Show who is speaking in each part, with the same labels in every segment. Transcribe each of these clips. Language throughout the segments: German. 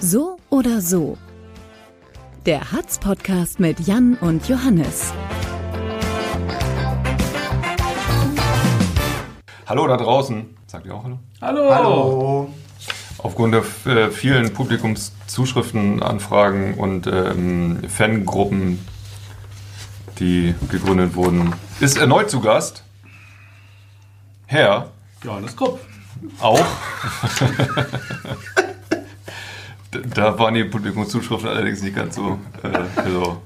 Speaker 1: So oder so. Der Hatz-Podcast mit Jan und Johannes.
Speaker 2: Hallo da draußen. Sagt ihr auch Hallo?
Speaker 3: Hallo.
Speaker 4: Hallo.
Speaker 2: Aufgrund der äh, vielen Publikumszuschriften, Anfragen und ähm, Fangruppen, die gegründet wurden, ist erneut zu Gast Herr
Speaker 3: Johannes Krupp.
Speaker 2: auch. D- da waren die Publikumszuschriften allerdings nicht ganz so. Äh, so.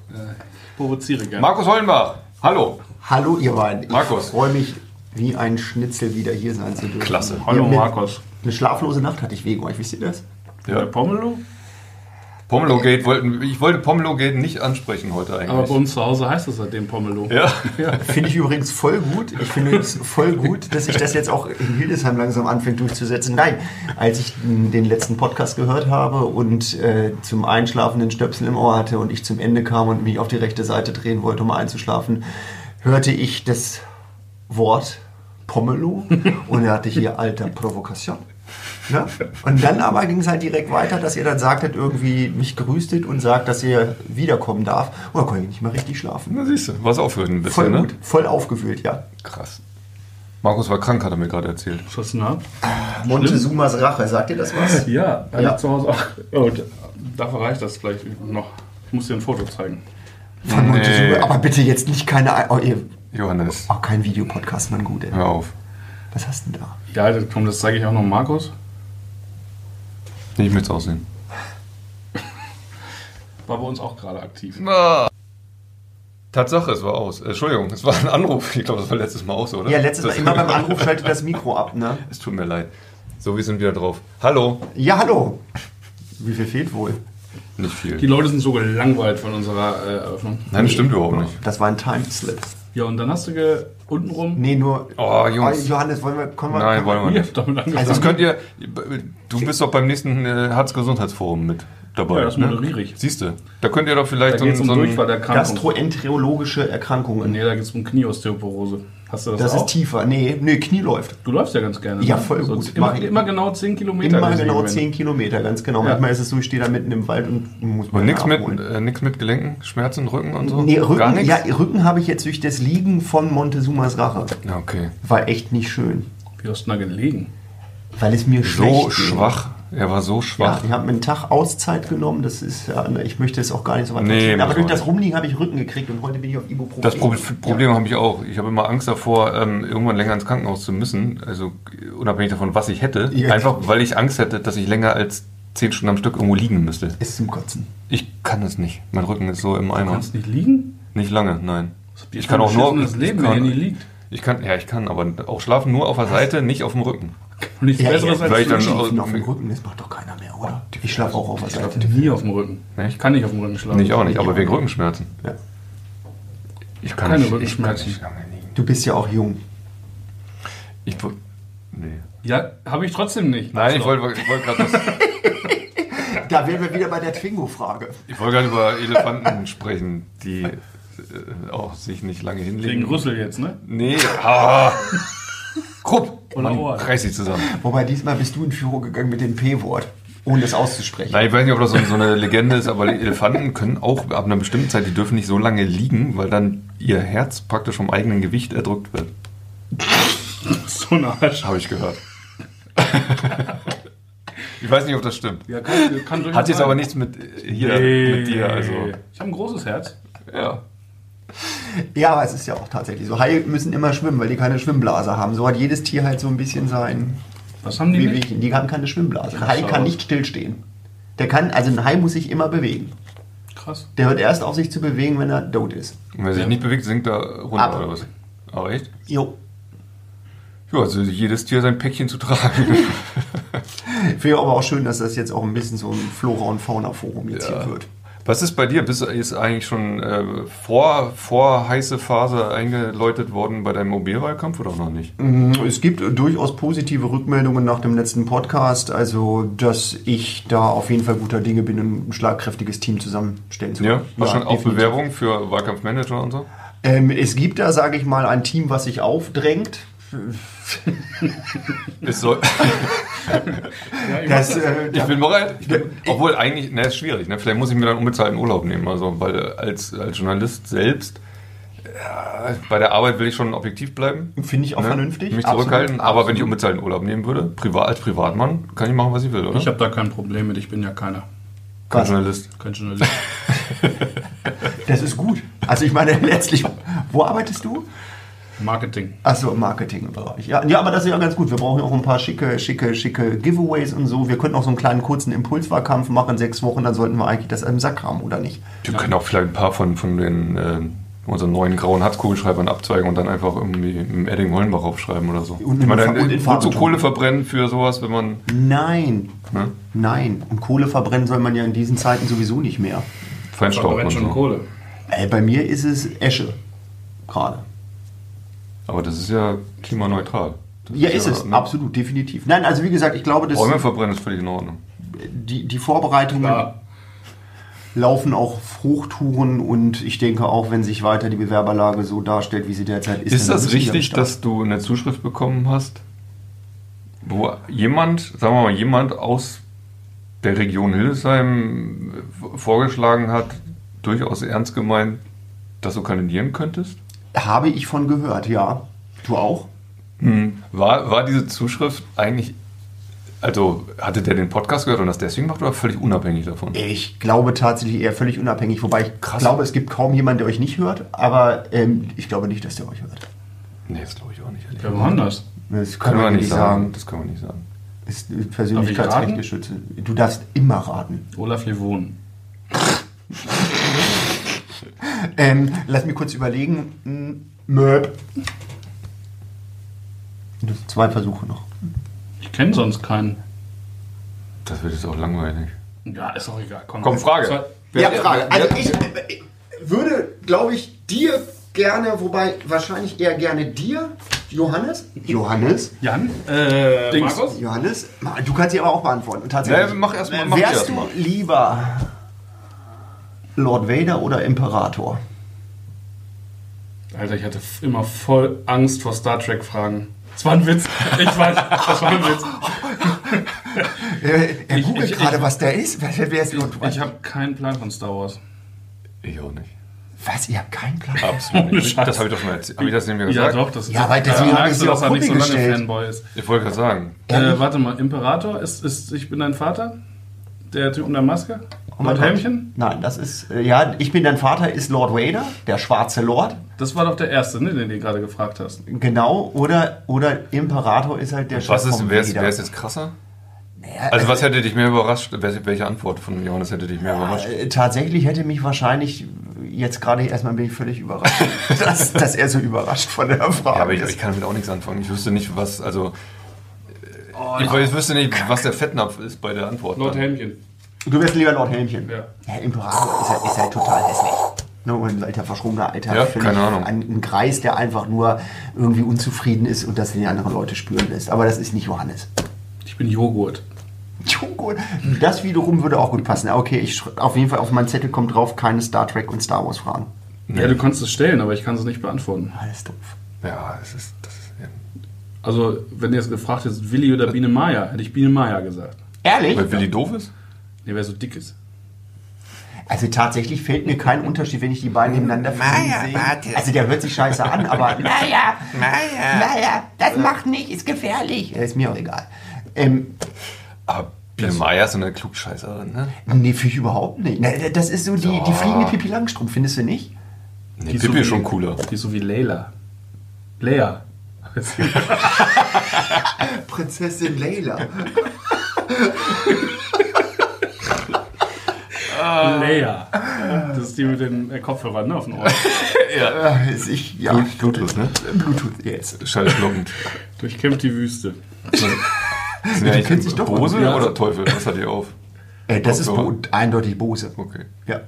Speaker 3: Provoziere gerne.
Speaker 2: Markus Hollenbach, hallo.
Speaker 4: Hallo, ihr beiden. Ich
Speaker 2: Markus.
Speaker 4: freue mich, wie ein Schnitzel wieder hier sein zu dürfen.
Speaker 2: Klasse.
Speaker 3: Hallo,
Speaker 4: Ihr habt mir-
Speaker 3: Markus.
Speaker 4: Eine schlaflose Nacht hatte ich wegen euch, wisst ihr das?
Speaker 3: Der
Speaker 2: Ja.
Speaker 3: Pomelo?
Speaker 2: Pomelo-Gate wollten, ich wollte Pomelo-Gate nicht ansprechen heute
Speaker 3: Aber bei
Speaker 2: eigentlich.
Speaker 3: uns zu Hause heißt es seitdem Pomelo.
Speaker 2: Ja.
Speaker 4: Finde ich übrigens voll gut. Ich finde es voll gut, dass sich das jetzt auch in Hildesheim langsam anfängt durchzusetzen. Nein, als ich den den letzten Podcast gehört habe und äh, zum Einschlafen den Stöpsel im Ohr hatte und ich zum Ende kam und mich auf die rechte Seite drehen wollte, um einzuschlafen, hörte ich das Wort Pomelo und da hatte ich hier alter Provokation. Ne? Und dann aber ging es halt direkt weiter, dass ihr dann sagtet, irgendwie mich grüßtet und sagt, dass ihr wiederkommen darf. Und da konnte ich nicht mal richtig schlafen.
Speaker 2: Na siehst du, was aufhören ein bisschen,
Speaker 4: Voll
Speaker 2: ne?
Speaker 4: gut, voll aufgewühlt, ja.
Speaker 2: Krass. Markus war krank, hat er mir gerade erzählt.
Speaker 3: Was hast du denn ab?
Speaker 4: Montezumas Rache, sagt ihr das was?
Speaker 3: Ja, er
Speaker 4: Ja.
Speaker 3: hat zu Hause auch. Oh, d- dafür reicht das vielleicht noch. Ich muss dir ein Foto zeigen.
Speaker 4: Von Montezuma.
Speaker 2: Nee.
Speaker 4: Aber bitte jetzt nicht keine. Oh, ihr,
Speaker 2: Johannes,
Speaker 4: oh kein Videopodcast, Mann, gut, ey.
Speaker 2: hör auf.
Speaker 4: Was hast du denn da?
Speaker 3: Ja, das, komm, das zeige ich auch noch Markus.
Speaker 2: Nicht mit's aussehen.
Speaker 3: War bei uns auch gerade aktiv.
Speaker 2: Tatsache, es war aus. Äh, Entschuldigung, es war ein Anruf. Ich glaube, das war letztes Mal auch so, oder?
Speaker 4: Ja, letztes Mal,
Speaker 2: Das-
Speaker 4: immer beim Anruf schaltet das Mikro ab, ne?
Speaker 2: Es tut mir leid. So, wir sind wieder drauf. Hallo.
Speaker 4: Ja, hallo. Wie viel fehlt wohl?
Speaker 2: Nicht
Speaker 3: Die
Speaker 2: viel.
Speaker 3: Leute sind so gelangweilt von unserer äh, Eröffnung.
Speaker 2: Nein, das stimmt überhaupt nicht.
Speaker 4: Das war ein Timeslip.
Speaker 3: Ja, und dann hast du ge untenrum.
Speaker 4: Nee, nur. Äh,
Speaker 2: Oh, Jungs.
Speaker 4: Johannes, wollen wir. Kommen wir
Speaker 2: Nein, wollen wir
Speaker 3: Hier,
Speaker 2: nicht.
Speaker 3: damit angefangen.
Speaker 4: Also
Speaker 2: Das könnt ihr. Du bist doch beim nächsten äh, Harz Gesundheitsforum mit dabei. ne?
Speaker 3: Ja, das moderiere ich.
Speaker 2: Siehst du? Da könnt ihr doch vielleicht
Speaker 3: da geht es um
Speaker 2: so ein.
Speaker 3: Durchfall der Krankung.
Speaker 4: Gastroenterologische Erkrankungen.
Speaker 3: nee, da geht es um Knieosteoporose. Hast du das,
Speaker 4: Das
Speaker 3: auch?
Speaker 4: ist tiefer. Nee, nee, Knie läuft.
Speaker 3: Du läufst ja ganz gerne.
Speaker 4: Ja,
Speaker 3: ne?
Speaker 4: voll
Speaker 3: so
Speaker 4: gut. Mach
Speaker 3: Immer,
Speaker 4: ich.
Speaker 3: immer genau 10 Kilometer.
Speaker 4: Immer
Speaker 3: gesehen
Speaker 4: genau
Speaker 3: werden.
Speaker 4: 10 Kilometer, ganz genau.
Speaker 3: Ja.
Speaker 4: Manchmal ist es so, ich stehe da mitten im Wald und muss
Speaker 2: Aber
Speaker 4: mal
Speaker 2: nichts mit,
Speaker 4: nachholen.
Speaker 2: äh, nix mit Gelenken, Schmerzen, Rücken und so?
Speaker 4: Nee,
Speaker 2: Gar
Speaker 4: Rücken,
Speaker 2: nichts?
Speaker 4: ja, Rücken habe ich jetzt durch das Liegen von Montezumas Rache.
Speaker 2: Ja, okay.
Speaker 4: War echt nicht schön.
Speaker 3: Wie hast du denn da gelegen?
Speaker 4: Weil es mir schlecht
Speaker 2: So
Speaker 4: ging.
Speaker 2: schwach. Er war so
Speaker 4: Ja,
Speaker 2: schwach.
Speaker 4: ich habe mir einen Tag Auszeit genommen. Das ist, ja, ne, ich möchte es auch gar nicht so weit
Speaker 2: Nee,
Speaker 4: erzählen. Aber
Speaker 2: muss
Speaker 4: durch
Speaker 2: man
Speaker 4: das Rumliegen habe ich Rücken gekriegt und heute bin ich auf Ibuprofen.
Speaker 2: Das Pro Problem habe ich auch. Ich habe immer Angst davor, ähm, irgendwann länger ins Krankenhaus zu müssen. Also äh, unabhängig davon, was ich hätte.
Speaker 4: Ja.
Speaker 2: Einfach, weil ich Angst hätte, dass ich länger als zehn Stunden am Stück irgendwo liegen müsste.
Speaker 4: Ist zum Kotzen.
Speaker 2: Ich kann das nicht. Mein Rücken ist so im Eimer.
Speaker 3: Kannst nicht liegen?
Speaker 2: Nicht lange, nein.
Speaker 3: Was habt ihr
Speaker 2: Ich
Speaker 3: für
Speaker 2: kann
Speaker 3: ein
Speaker 2: auch nur.
Speaker 3: beschissenes Leben,
Speaker 2: ich,
Speaker 3: wenn ihr
Speaker 2: kann,
Speaker 3: nie liegt.
Speaker 2: ich kann, ja, ich kann, aber auch schlafen nur auf der Seite, nicht auf dem Rücken.
Speaker 3: Und nichts Besseres
Speaker 4: ja,
Speaker 3: als
Speaker 2: vielleicht
Speaker 3: zu
Speaker 2: dann-
Speaker 4: ich
Speaker 2: auch-
Speaker 4: schlafe auf dem Rücken, das macht doch keiner mehr, oder?
Speaker 2: Oh,
Speaker 4: Ich schlafe auch auf der Seite.
Speaker 3: liegen. Nie auf dem Rücken.
Speaker 2: Nee.
Speaker 3: Ich kann nicht auf dem Rücken schlafen.
Speaker 2: Nicht auch nicht, aber wegen Rückenschmerzen.
Speaker 4: Ja.
Speaker 2: Ich kann
Speaker 3: Keine
Speaker 2: nicht,
Speaker 3: Rückenschmerzen.
Speaker 2: Ich kann nicht lange liegen.
Speaker 4: Du bist ja auch jung.
Speaker 2: Ich, wo- nee.
Speaker 3: Ja, habe ich trotzdem nicht.
Speaker 2: Nein, ich wollte ich wollte gerade was.
Speaker 4: Da wären wir wieder bei der Twingo-Frage.
Speaker 2: Ich wollte gerade über Elefanten sprechen, die äh, auch sich nicht lange
Speaker 3: Wegen
Speaker 2: hinlegen.
Speaker 3: Rüssel jetzt, ne?
Speaker 2: Nee. Ah. Krupp.
Speaker 3: Oder
Speaker 2: Mann,
Speaker 3: Ohr.
Speaker 2: reiß dich zusammen.
Speaker 4: Wobei diesmal bist du in Führung gegangen mit dem P-Wort, ohne es auszusprechen.
Speaker 2: Nein, ich weiß nicht, ob das so, so eine Legende ist, aber die Elefanten können auch ab einer bestimmten Zeit, die dürfen nicht so lange liegen, weil dann ihr Herz praktisch vom eigenen Gewicht erdrückt wird.
Speaker 3: So ein Arsch.
Speaker 2: Habe ich gehört. ich weiß nicht, ob das stimmt.
Speaker 3: Ja, kann, kann durchaus
Speaker 2: Hat jetzt
Speaker 3: sein.
Speaker 2: aber nichts mit äh, hier,
Speaker 3: Nee.
Speaker 2: mit dir, also.
Speaker 3: Ich habe ein großes Herz.
Speaker 2: Ja.
Speaker 4: Ja, aber es ist ja auch tatsächlich so. Haie müssen immer schwimmen, weil die keine Schwimmblase haben. So hat jedes Tier halt so ein bisschen sein
Speaker 3: Was haben die nicht?
Speaker 4: Wehwehchen. Die haben keine Schwimmblase. Ein Hai
Speaker 3: schau.
Speaker 4: kann nicht stillstehen. Der kann, also ein Hai muss sich immer bewegen.
Speaker 3: Krass.
Speaker 4: Der hört erst auf sich zu bewegen, wenn er tot ist.
Speaker 2: Und wer sich nicht bewegt, sinkt da runter
Speaker 4: Ab.
Speaker 2: oder was? Aber echt?
Speaker 4: Jo.
Speaker 2: Ja, also jedes Tier sein Päckchen zu tragen.
Speaker 4: Finde ich aber auch schön, dass das jetzt auch ein bisschen so ein Flora- und Fauna-Forum jetzt hier wird.
Speaker 2: Was ist bei dir? Bist du jetzt eigentlich schon äh, vor, vor heiße Phase eingeläutet worden bei deinem OB-Wahlkampf oder noch nicht?
Speaker 4: Hm. Mm, Es gibt durchaus positive Rückmeldungen nach dem letzten Podcast, also dass ich da auf jeden Fall guter Dinge bin und ein schlagkräftiges Team zusammenstellen zu
Speaker 2: Ja, hast schon auch
Speaker 4: definitiv.
Speaker 2: Bewerbungen für Wahlkampfmanager und so?
Speaker 4: Ähm, es gibt da, sage ich mal, ein Team, was sich aufdrängt.
Speaker 2: Es soll,
Speaker 3: Ja, ich
Speaker 4: Das,
Speaker 3: mach
Speaker 4: äh,
Speaker 2: Ich
Speaker 4: da-
Speaker 2: bin bereit. Ich bin, obwohl eigentlich, ne, ist schwierig. Ne? Vielleicht muss ich mir dann unbezahlten Urlaub nehmen. Also, weil äh, als, als Journalist selbst, ja, bei der Arbeit will ich schon objektiv bleiben.
Speaker 4: Finde ich auch
Speaker 2: ne?
Speaker 4: vernünftig.
Speaker 2: Mich
Speaker 4: absolut.
Speaker 2: zurückhalten. Aber wenn ich unbezahlten Urlaub nehmen würde, privat, als Privatmann, kann ich machen, was ich will, oder?
Speaker 3: ich habe da kein Problem mit, ich bin ja keiner.
Speaker 2: Kein
Speaker 4: Was?
Speaker 2: Journalist.
Speaker 3: Kein Journalist.
Speaker 4: Das ist gut. Also ich meine, letztlich, wo arbeitest du?
Speaker 3: Marketing.
Speaker 4: Achso, im Marketingbereich. Ja, ja, aber das ist ja ganz gut. Wir brauchen ja auch ein paar schicke, schicke, schicke Giveaways und so. Wir könnten auch so einen kleinen kurzen Impulswahlkampf machen, sechs Wochen, dann sollten wir eigentlich das im Sack haben, oder nicht?
Speaker 2: Wir können auch vielleicht ein paar von, von den äh, unseren neuen grauen Harzkugelschreibern abzweigen und dann einfach irgendwie im Edding Hollenbach aufschreiben oder so.
Speaker 4: Und in
Speaker 2: ich meine,
Speaker 4: Fa-
Speaker 2: dann,
Speaker 4: und in
Speaker 2: äh,
Speaker 4: Farbe
Speaker 2: wozu
Speaker 4: tun.
Speaker 2: Kohle verbrennen für sowas, wenn man.
Speaker 4: Nein,
Speaker 2: Ne?
Speaker 4: nein. Und Kohle verbrennen soll man ja in diesen Zeiten sowieso nicht mehr.
Speaker 2: Feinstaub
Speaker 3: Verbrennt
Speaker 2: und
Speaker 3: schon
Speaker 2: so.
Speaker 3: Kohle.
Speaker 4: Äh, bei mir ist es Esche. Gerade.
Speaker 2: Aber das ist ja klimaneutral. Das
Speaker 4: Ja, ist es.
Speaker 2: ne?
Speaker 4: Absolut, definitiv. Nein, also wie gesagt, ich glaube, dass
Speaker 2: Bäume verbrennen ist völlig in Ordnung.
Speaker 4: die, die Vorbereitungen
Speaker 3: Ja,
Speaker 4: laufen auch auf Hochtouren und ich denke auch, wenn sich weiter die Bewerberlage so darstellt, wie sie derzeit ist.
Speaker 2: Ist
Speaker 4: dann
Speaker 2: das
Speaker 4: müssen wir am
Speaker 2: richtig,
Speaker 4: Start.
Speaker 2: dass du eine Zuschrift bekommen hast, wo jemand, sagen wir mal, jemand aus der Region Hildesheim äh, vorgeschlagen hat, durchaus ernst gemeint, dass du kandidieren könntest?
Speaker 4: Habe ich von gehört, ja. Du auch?
Speaker 2: Hm. War, war diese Zuschrift eigentlich, also hatte der den Podcast gehört und das deswegen macht oder völlig unabhängig davon?
Speaker 4: Ich glaube tatsächlich eher völlig unabhängig, wobei ich
Speaker 2: Krass.
Speaker 4: glaube, es gibt kaum jemanden, der euch nicht hört, aber ähm, ich glaube nicht, dass der euch hört.
Speaker 2: Nee, das glaube ich auch nicht. ehrlich.
Speaker 3: wer woanders?
Speaker 4: Das
Speaker 2: Können wir
Speaker 4: man
Speaker 2: nicht sagen. Das können wir nicht sagen.
Speaker 4: Ist
Speaker 3: Darf ich
Speaker 4: Persönlichkeitsrecht
Speaker 3: raten?
Speaker 4: geschützt. Du darfst immer raten.
Speaker 3: Olaf Levon.
Speaker 4: Ähm, lass mich kurz überlegen. Hm, Möb. Das- Zwei Versuche noch.
Speaker 3: Ich kenne sonst keinen.
Speaker 2: Das wird jetzt auch langweilig.
Speaker 3: Ja, ist auch egal.
Speaker 2: Komm, Frage.
Speaker 3: Zwei-
Speaker 4: Ja,
Speaker 2: Wer-
Speaker 4: Frage.
Speaker 2: wer-
Speaker 4: Also ich äh, würde, glaube ich, dir gerne, wobei wahrscheinlich eher gerne dir, Johannes. Johannes?
Speaker 3: Jan? Äh,
Speaker 2: Dings.
Speaker 3: Markus?
Speaker 4: Johannes? Ma- Du kannst sie aber auch beantworten. Und tatsächlich,
Speaker 2: Nee, mach erst mal-
Speaker 4: äh,
Speaker 2: mach die
Speaker 4: wärst
Speaker 2: erst
Speaker 4: du
Speaker 2: mal.
Speaker 4: lieber Lord Vader oder Imperator?
Speaker 3: Alter, ich hatte f- immer voll Angst vor Star Trek-Fragen. Das war ein Witz. Ich weiß, das war ein Witz.
Speaker 4: Äh, er
Speaker 3: Ich-
Speaker 4: googelt
Speaker 3: ich-
Speaker 4: gerade,
Speaker 3: ich-
Speaker 4: was der ist. Wer, wer ist Lord
Speaker 3: Ich habe keinen Plan von Star Wars.
Speaker 2: Ich auch nicht.
Speaker 4: was? Ihr habt keinen Plan?
Speaker 2: Absolut
Speaker 3: Ohne
Speaker 2: nicht.
Speaker 3: Scheiß.
Speaker 2: Das habe ich doch schon erzählt. Habe ich das nicht mehr
Speaker 3: Ja,
Speaker 2: gesagt?
Speaker 3: doch, das
Speaker 4: Ja, weil deswegen
Speaker 3: da
Speaker 4: hab
Speaker 3: merkst
Speaker 4: ich
Speaker 3: du,
Speaker 4: sie
Speaker 3: dass
Speaker 4: auf
Speaker 3: er nicht so
Speaker 4: Kuppel
Speaker 3: lange
Speaker 4: gestellt.
Speaker 3: Fanboy ist.
Speaker 2: Ich wollte gerade sagen.
Speaker 4: Ehrlich?
Speaker 3: Äh, warte mal, Imperator ist, ist Ich bin dein Vater? Der Typ in der Maske?
Speaker 4: Oh mein
Speaker 3: Mit
Speaker 4: Gott.
Speaker 3: Helmchen?
Speaker 4: Nein, das ist, äh, ja, ich bin dein Vater, ist Lord Vader, der schwarze Lord.
Speaker 3: Das war doch der erste, ne, den du gerade gefragt hast.
Speaker 2: Oh,
Speaker 4: Genau, oder, oder Imperator ist halt der
Speaker 2: Was ist,
Speaker 4: vom
Speaker 2: wer, ist,
Speaker 4: Vader.
Speaker 2: wer ist jetzt krasser?
Speaker 4: Naja,
Speaker 2: Also, was hätte dich mehr überrascht? Wel- Welche Antwort von Johannes hätte dich mehr überrascht?
Speaker 4: äh, Tatsächlich hätte mich wahrscheinlich, jetzt gerade erstmal bin ich völlig überrascht, dass, dass er so überrascht von der Frage
Speaker 2: Ja, aber ich,
Speaker 4: ist.
Speaker 2: ich kann damit auch nichts anfangen. Ich wüsste nicht, was, also. ich, ich wüsste nicht, was der Fettnapf ist bei der Antwort.
Speaker 3: Lord
Speaker 2: dann.
Speaker 3: Helmchen.
Speaker 4: Du wärst lieber Lord Helmchen.
Speaker 3: Ja.
Speaker 4: Imperator ist halt, ist halt total hässlich. Ne, und ein alter verschwungener alter
Speaker 2: Ja,
Speaker 4: völlig
Speaker 2: keine Ahnung.
Speaker 4: Ein, ein Kreis, der einfach nur irgendwie unzufrieden ist und das in die anderen Leute spüren lässt. Aber das ist nicht Johannes.
Speaker 3: Ich bin Joghurt.
Speaker 4: Joghurt. Das wiederum würde auch gut passen. Okay, ich schr- auf jeden Fall auf meinen Zettel kommt drauf keine Star Trek und Star Wars Fragen.
Speaker 3: Ja, du kannst es stellen, aber ich kann es nicht beantworten.
Speaker 4: Alles doof.
Speaker 2: Ja, es ist. Das ist
Speaker 3: Also, wenn ihr jetzt gefragt hättet, Willi oder Biene Maya, hätte ich Biene Maya gesagt.
Speaker 4: Ehrlich?
Speaker 2: weil Willi doof ist?
Speaker 3: Nee, wer so dick ist.
Speaker 4: Also tatsächlich fällt mir kein Unterschied, wenn ich die beiden nebeneinander
Speaker 5: Maja,
Speaker 4: fliegen
Speaker 5: warte.
Speaker 4: Also der hört sich scheiße an, aber naja,
Speaker 5: Maja.
Speaker 4: naja, das macht nicht, ist gefährlich. Ja, Ist mir auch egal. Ähm,
Speaker 2: Aber Biene Meier Ah, ist so eine Klugscheißerin, ne?
Speaker 4: nee, finde ich überhaupt nicht. Na, das ist so die, die fliegende Pipi Langstrumpf, findest du nicht?
Speaker 2: Nee,
Speaker 3: Die ist
Speaker 2: Pippi
Speaker 3: so
Speaker 2: ist schon
Speaker 3: wie-
Speaker 2: cooler.
Speaker 3: Die ist so wie Leila. Leia.
Speaker 4: Prinzessin Leila.
Speaker 3: Leia. Das ist die mit den äh, Kopfhörern ne, auf dem Ohr.
Speaker 4: Äh, ich, ja, Äh,
Speaker 2: Bluetooth, ne?
Speaker 4: Bluetooth jetzt.
Speaker 2: Scheiß schluckend.
Speaker 3: Durchkämpft die Wüste.
Speaker 2: Sind die
Speaker 4: kennt sich doch
Speaker 2: Bose
Speaker 4: gut, ja.
Speaker 2: oder Teufel? Was hat ihr auf?
Speaker 4: Äh, das ist
Speaker 2: Kopfhörer.
Speaker 4: Bo eindeutig Bose.
Speaker 2: Okay.
Speaker 4: Ja.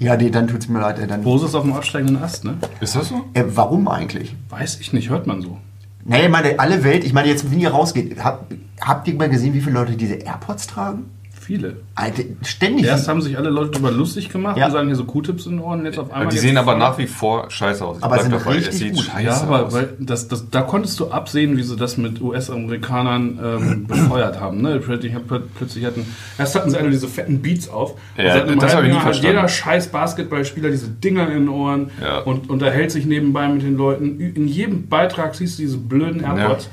Speaker 4: Ja, nee, dann tut's mir leid. äh, Dann,
Speaker 3: Bose ist auf dem absteigenden Ast, ne?
Speaker 2: Ist das so?
Speaker 4: äh, warum eigentlich?
Speaker 3: Weiß ich nicht, hört man so.
Speaker 4: Naja, ich meine, alle Welt, ich meine, jetzt, wenn ihr rausgeht, hab, habt ihr mal gesehen, wie viele Leute diese AirPods tragen?
Speaker 3: viele.
Speaker 4: Alter, ständig.
Speaker 3: Erst haben sich alle Leute darüber lustig gemacht
Speaker 4: Ja.
Speaker 3: und sagen hier so Q-Tips in den Ohren, jetzt auf einmal.
Speaker 2: die
Speaker 3: jetzt-
Speaker 2: sehen aber nach wie vor scheiße aus. Ich
Speaker 4: Aber
Speaker 2: bleib
Speaker 4: sind
Speaker 2: dabei,
Speaker 4: richtig
Speaker 2: es sieht
Speaker 4: gut.
Speaker 2: scheiße
Speaker 3: Ja, aber
Speaker 2: aus.
Speaker 3: weil das, das, da konntest du absehen, wie sie das mit US-Amerikanern ähm, befeuert haben. Ne? Plötzlich, hat- plötzlich hatten, erst hatten sie alle diese fetten Beats auf.
Speaker 2: Ja,
Speaker 3: Seit einem
Speaker 2: das habe
Speaker 3: halben
Speaker 2: ich nie
Speaker 3: Jahr hat
Speaker 2: verstanden.
Speaker 3: Jeder scheiß Basketballspieler diese Dinger in den Ohren
Speaker 2: Ja.
Speaker 3: und unterhält sich nebenbei mit den Leuten. Ü- In jedem Beitrag siehst du diese blöden AirPods.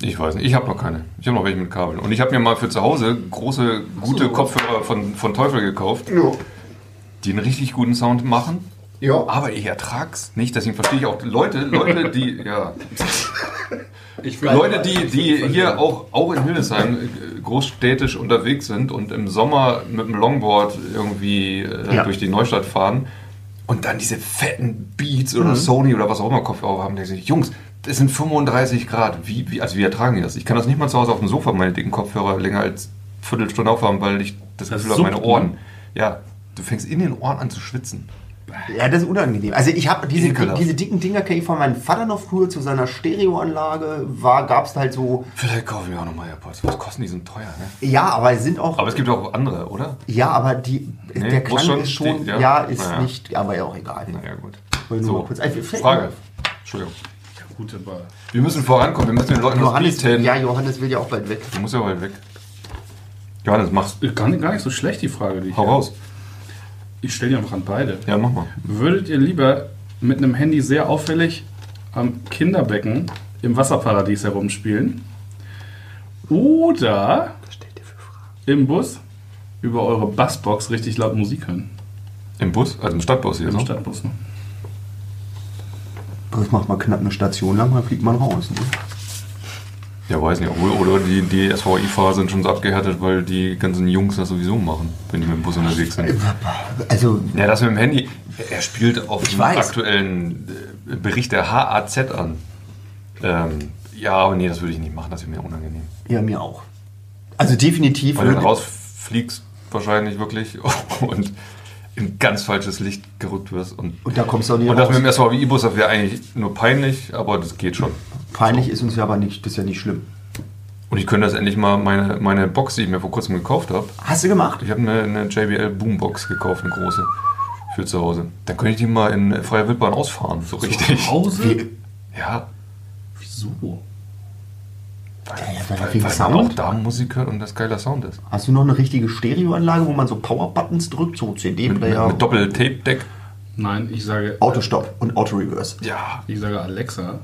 Speaker 2: Ich weiß nicht, ich habe noch keine. Ich habe noch welche mit Kabeln. Und ich habe mir mal für zu Hause große, gute
Speaker 3: so.
Speaker 2: Kopfhörer von, von Teufel gekauft,
Speaker 4: Jo.
Speaker 2: die einen richtig guten Sound machen.
Speaker 4: Ja.
Speaker 2: Genau. Aber ich ertrag's nicht, deswegen verstehe ich auch Leute, Leute, die, ja,
Speaker 3: Ich
Speaker 2: Leute, die, die hier auch, auch in Hildesheim äh, großstädtisch unterwegs sind und im Sommer mit dem Longboard irgendwie äh,
Speaker 4: Ja.
Speaker 2: durch die Neustadt fahren und dann diese fetten Beats oder Sony oder was auch immer Kopfhörer haben, die sich, Jungs, das sind 35 Grad. Wie, wie, also wie ertragen die das? Ich kann das nicht mal zu Hause auf dem Sofa meine dicken Kopfhörer länger als Viertelstunde aufhaben, weil ich das,
Speaker 3: Das
Speaker 2: Gefühl habe, meine
Speaker 3: suppt,
Speaker 2: Ohren.
Speaker 3: ne?
Speaker 2: Ja, du fängst in den Ohren an zu schwitzen.
Speaker 4: Ja, das ist unangenehm. Also ich habe diese,
Speaker 2: Ekelhaft.
Speaker 4: diese dicken Dinger kenne ich von meinem Vater noch früher zu seiner Stereoanlage. War, gab es halt so,
Speaker 2: Vielleicht kaufe ich auch nochmal AirPods. Was kosten die so teuer, ne?
Speaker 4: ja, aber es sind auch,
Speaker 2: Aber es gibt auch andere, oder?
Speaker 4: ja, aber die, der
Speaker 2: muss
Speaker 4: Klang
Speaker 2: schon
Speaker 4: ist schon,
Speaker 2: die-
Speaker 4: ja,
Speaker 2: ja.
Speaker 4: ist
Speaker 2: Naja.
Speaker 4: nicht, aber ja auch egal.
Speaker 2: Naja, gut.
Speaker 4: Wollte nur mal kurz- also vielleicht-
Speaker 2: Frage. Entschuldigung.
Speaker 3: Gute Ball.
Speaker 2: Wir müssen vorankommen, wir müssen den Leuten das
Speaker 4: Johannes,
Speaker 2: Lied hin.
Speaker 4: ja, Johannes will ja auch bald weg.
Speaker 2: Du musst ja bald weg. Johannes, mach's.
Speaker 3: Gar nicht, gar nicht so schlecht, die Frage, die ich
Speaker 2: Hau raus.
Speaker 3: Ich stelle dir einfach an beide.
Speaker 2: Ja, mach mal.
Speaker 3: Würdet ihr lieber mit einem Handy sehr auffällig am Kinderbecken im Wasserparadies herumspielen oder im Bus über eure Bassbox richtig laut Musik hören?
Speaker 2: Im Bus, also im Stadtbus hier.
Speaker 3: Im
Speaker 2: ne?
Speaker 3: Stadtbus. Ne?
Speaker 4: Das macht mal knapp eine Station lang, dann fliegt man raus. Ne?
Speaker 2: Ja, weiß nicht. Obwohl, oder die, die SVI-Fahrer sind schon so abgehärtet, weil die ganzen Jungs das sowieso machen, wenn die mit dem Bus unterwegs sind.
Speaker 4: Also,
Speaker 2: Ja, das mit dem Handy. Er spielt auf den
Speaker 4: weiß.
Speaker 2: aktuellen äh, Bericht der HAZ an. Ähm, ja, aber nee, das würde ich nicht machen, das wäre mir unangenehm.
Speaker 4: ja, mir auch. Also definitiv.
Speaker 2: Weil du dann
Speaker 4: würde-
Speaker 2: rausfliegst wahrscheinlich wirklich und in ganz falsches Licht gerückt wirst. Und,
Speaker 4: Und da kommst du auch nicht
Speaker 2: und das
Speaker 4: raus.
Speaker 2: mit dem SVI-Bus, das wäre eigentlich nur peinlich, aber das geht schon.
Speaker 4: Peinlich ist uns ja aber nicht, das ist ja nicht schlimm.
Speaker 2: Und ich könnte das endlich mal, meine, meine Box, die ich mir vor kurzem gekauft habe,
Speaker 4: Hast du gemacht?
Speaker 2: ich habe eine, eine JBL Boombox gekauft, eine große, für zu Hause. Dann könnte ich die mal in freier Wildbahn ausfahren, so richtig.
Speaker 4: äh,
Speaker 3: Hause?
Speaker 2: Ja,
Speaker 3: Wieso?
Speaker 4: weil
Speaker 2: weil,
Speaker 4: wegen
Speaker 2: weil man
Speaker 4: Sound?
Speaker 2: auch da Musik hört und das geiler Sound ist.
Speaker 4: Hast du noch eine richtige Stereoanlage, wo man so Power-Buttons drückt, so
Speaker 2: Mit,
Speaker 4: CD-Player?
Speaker 2: mit Doppel-Tape-Deck.
Speaker 3: Nein, ich sage,
Speaker 4: Autostopp und Auto-Reverse.
Speaker 2: Ja,
Speaker 3: ich sage Alexa.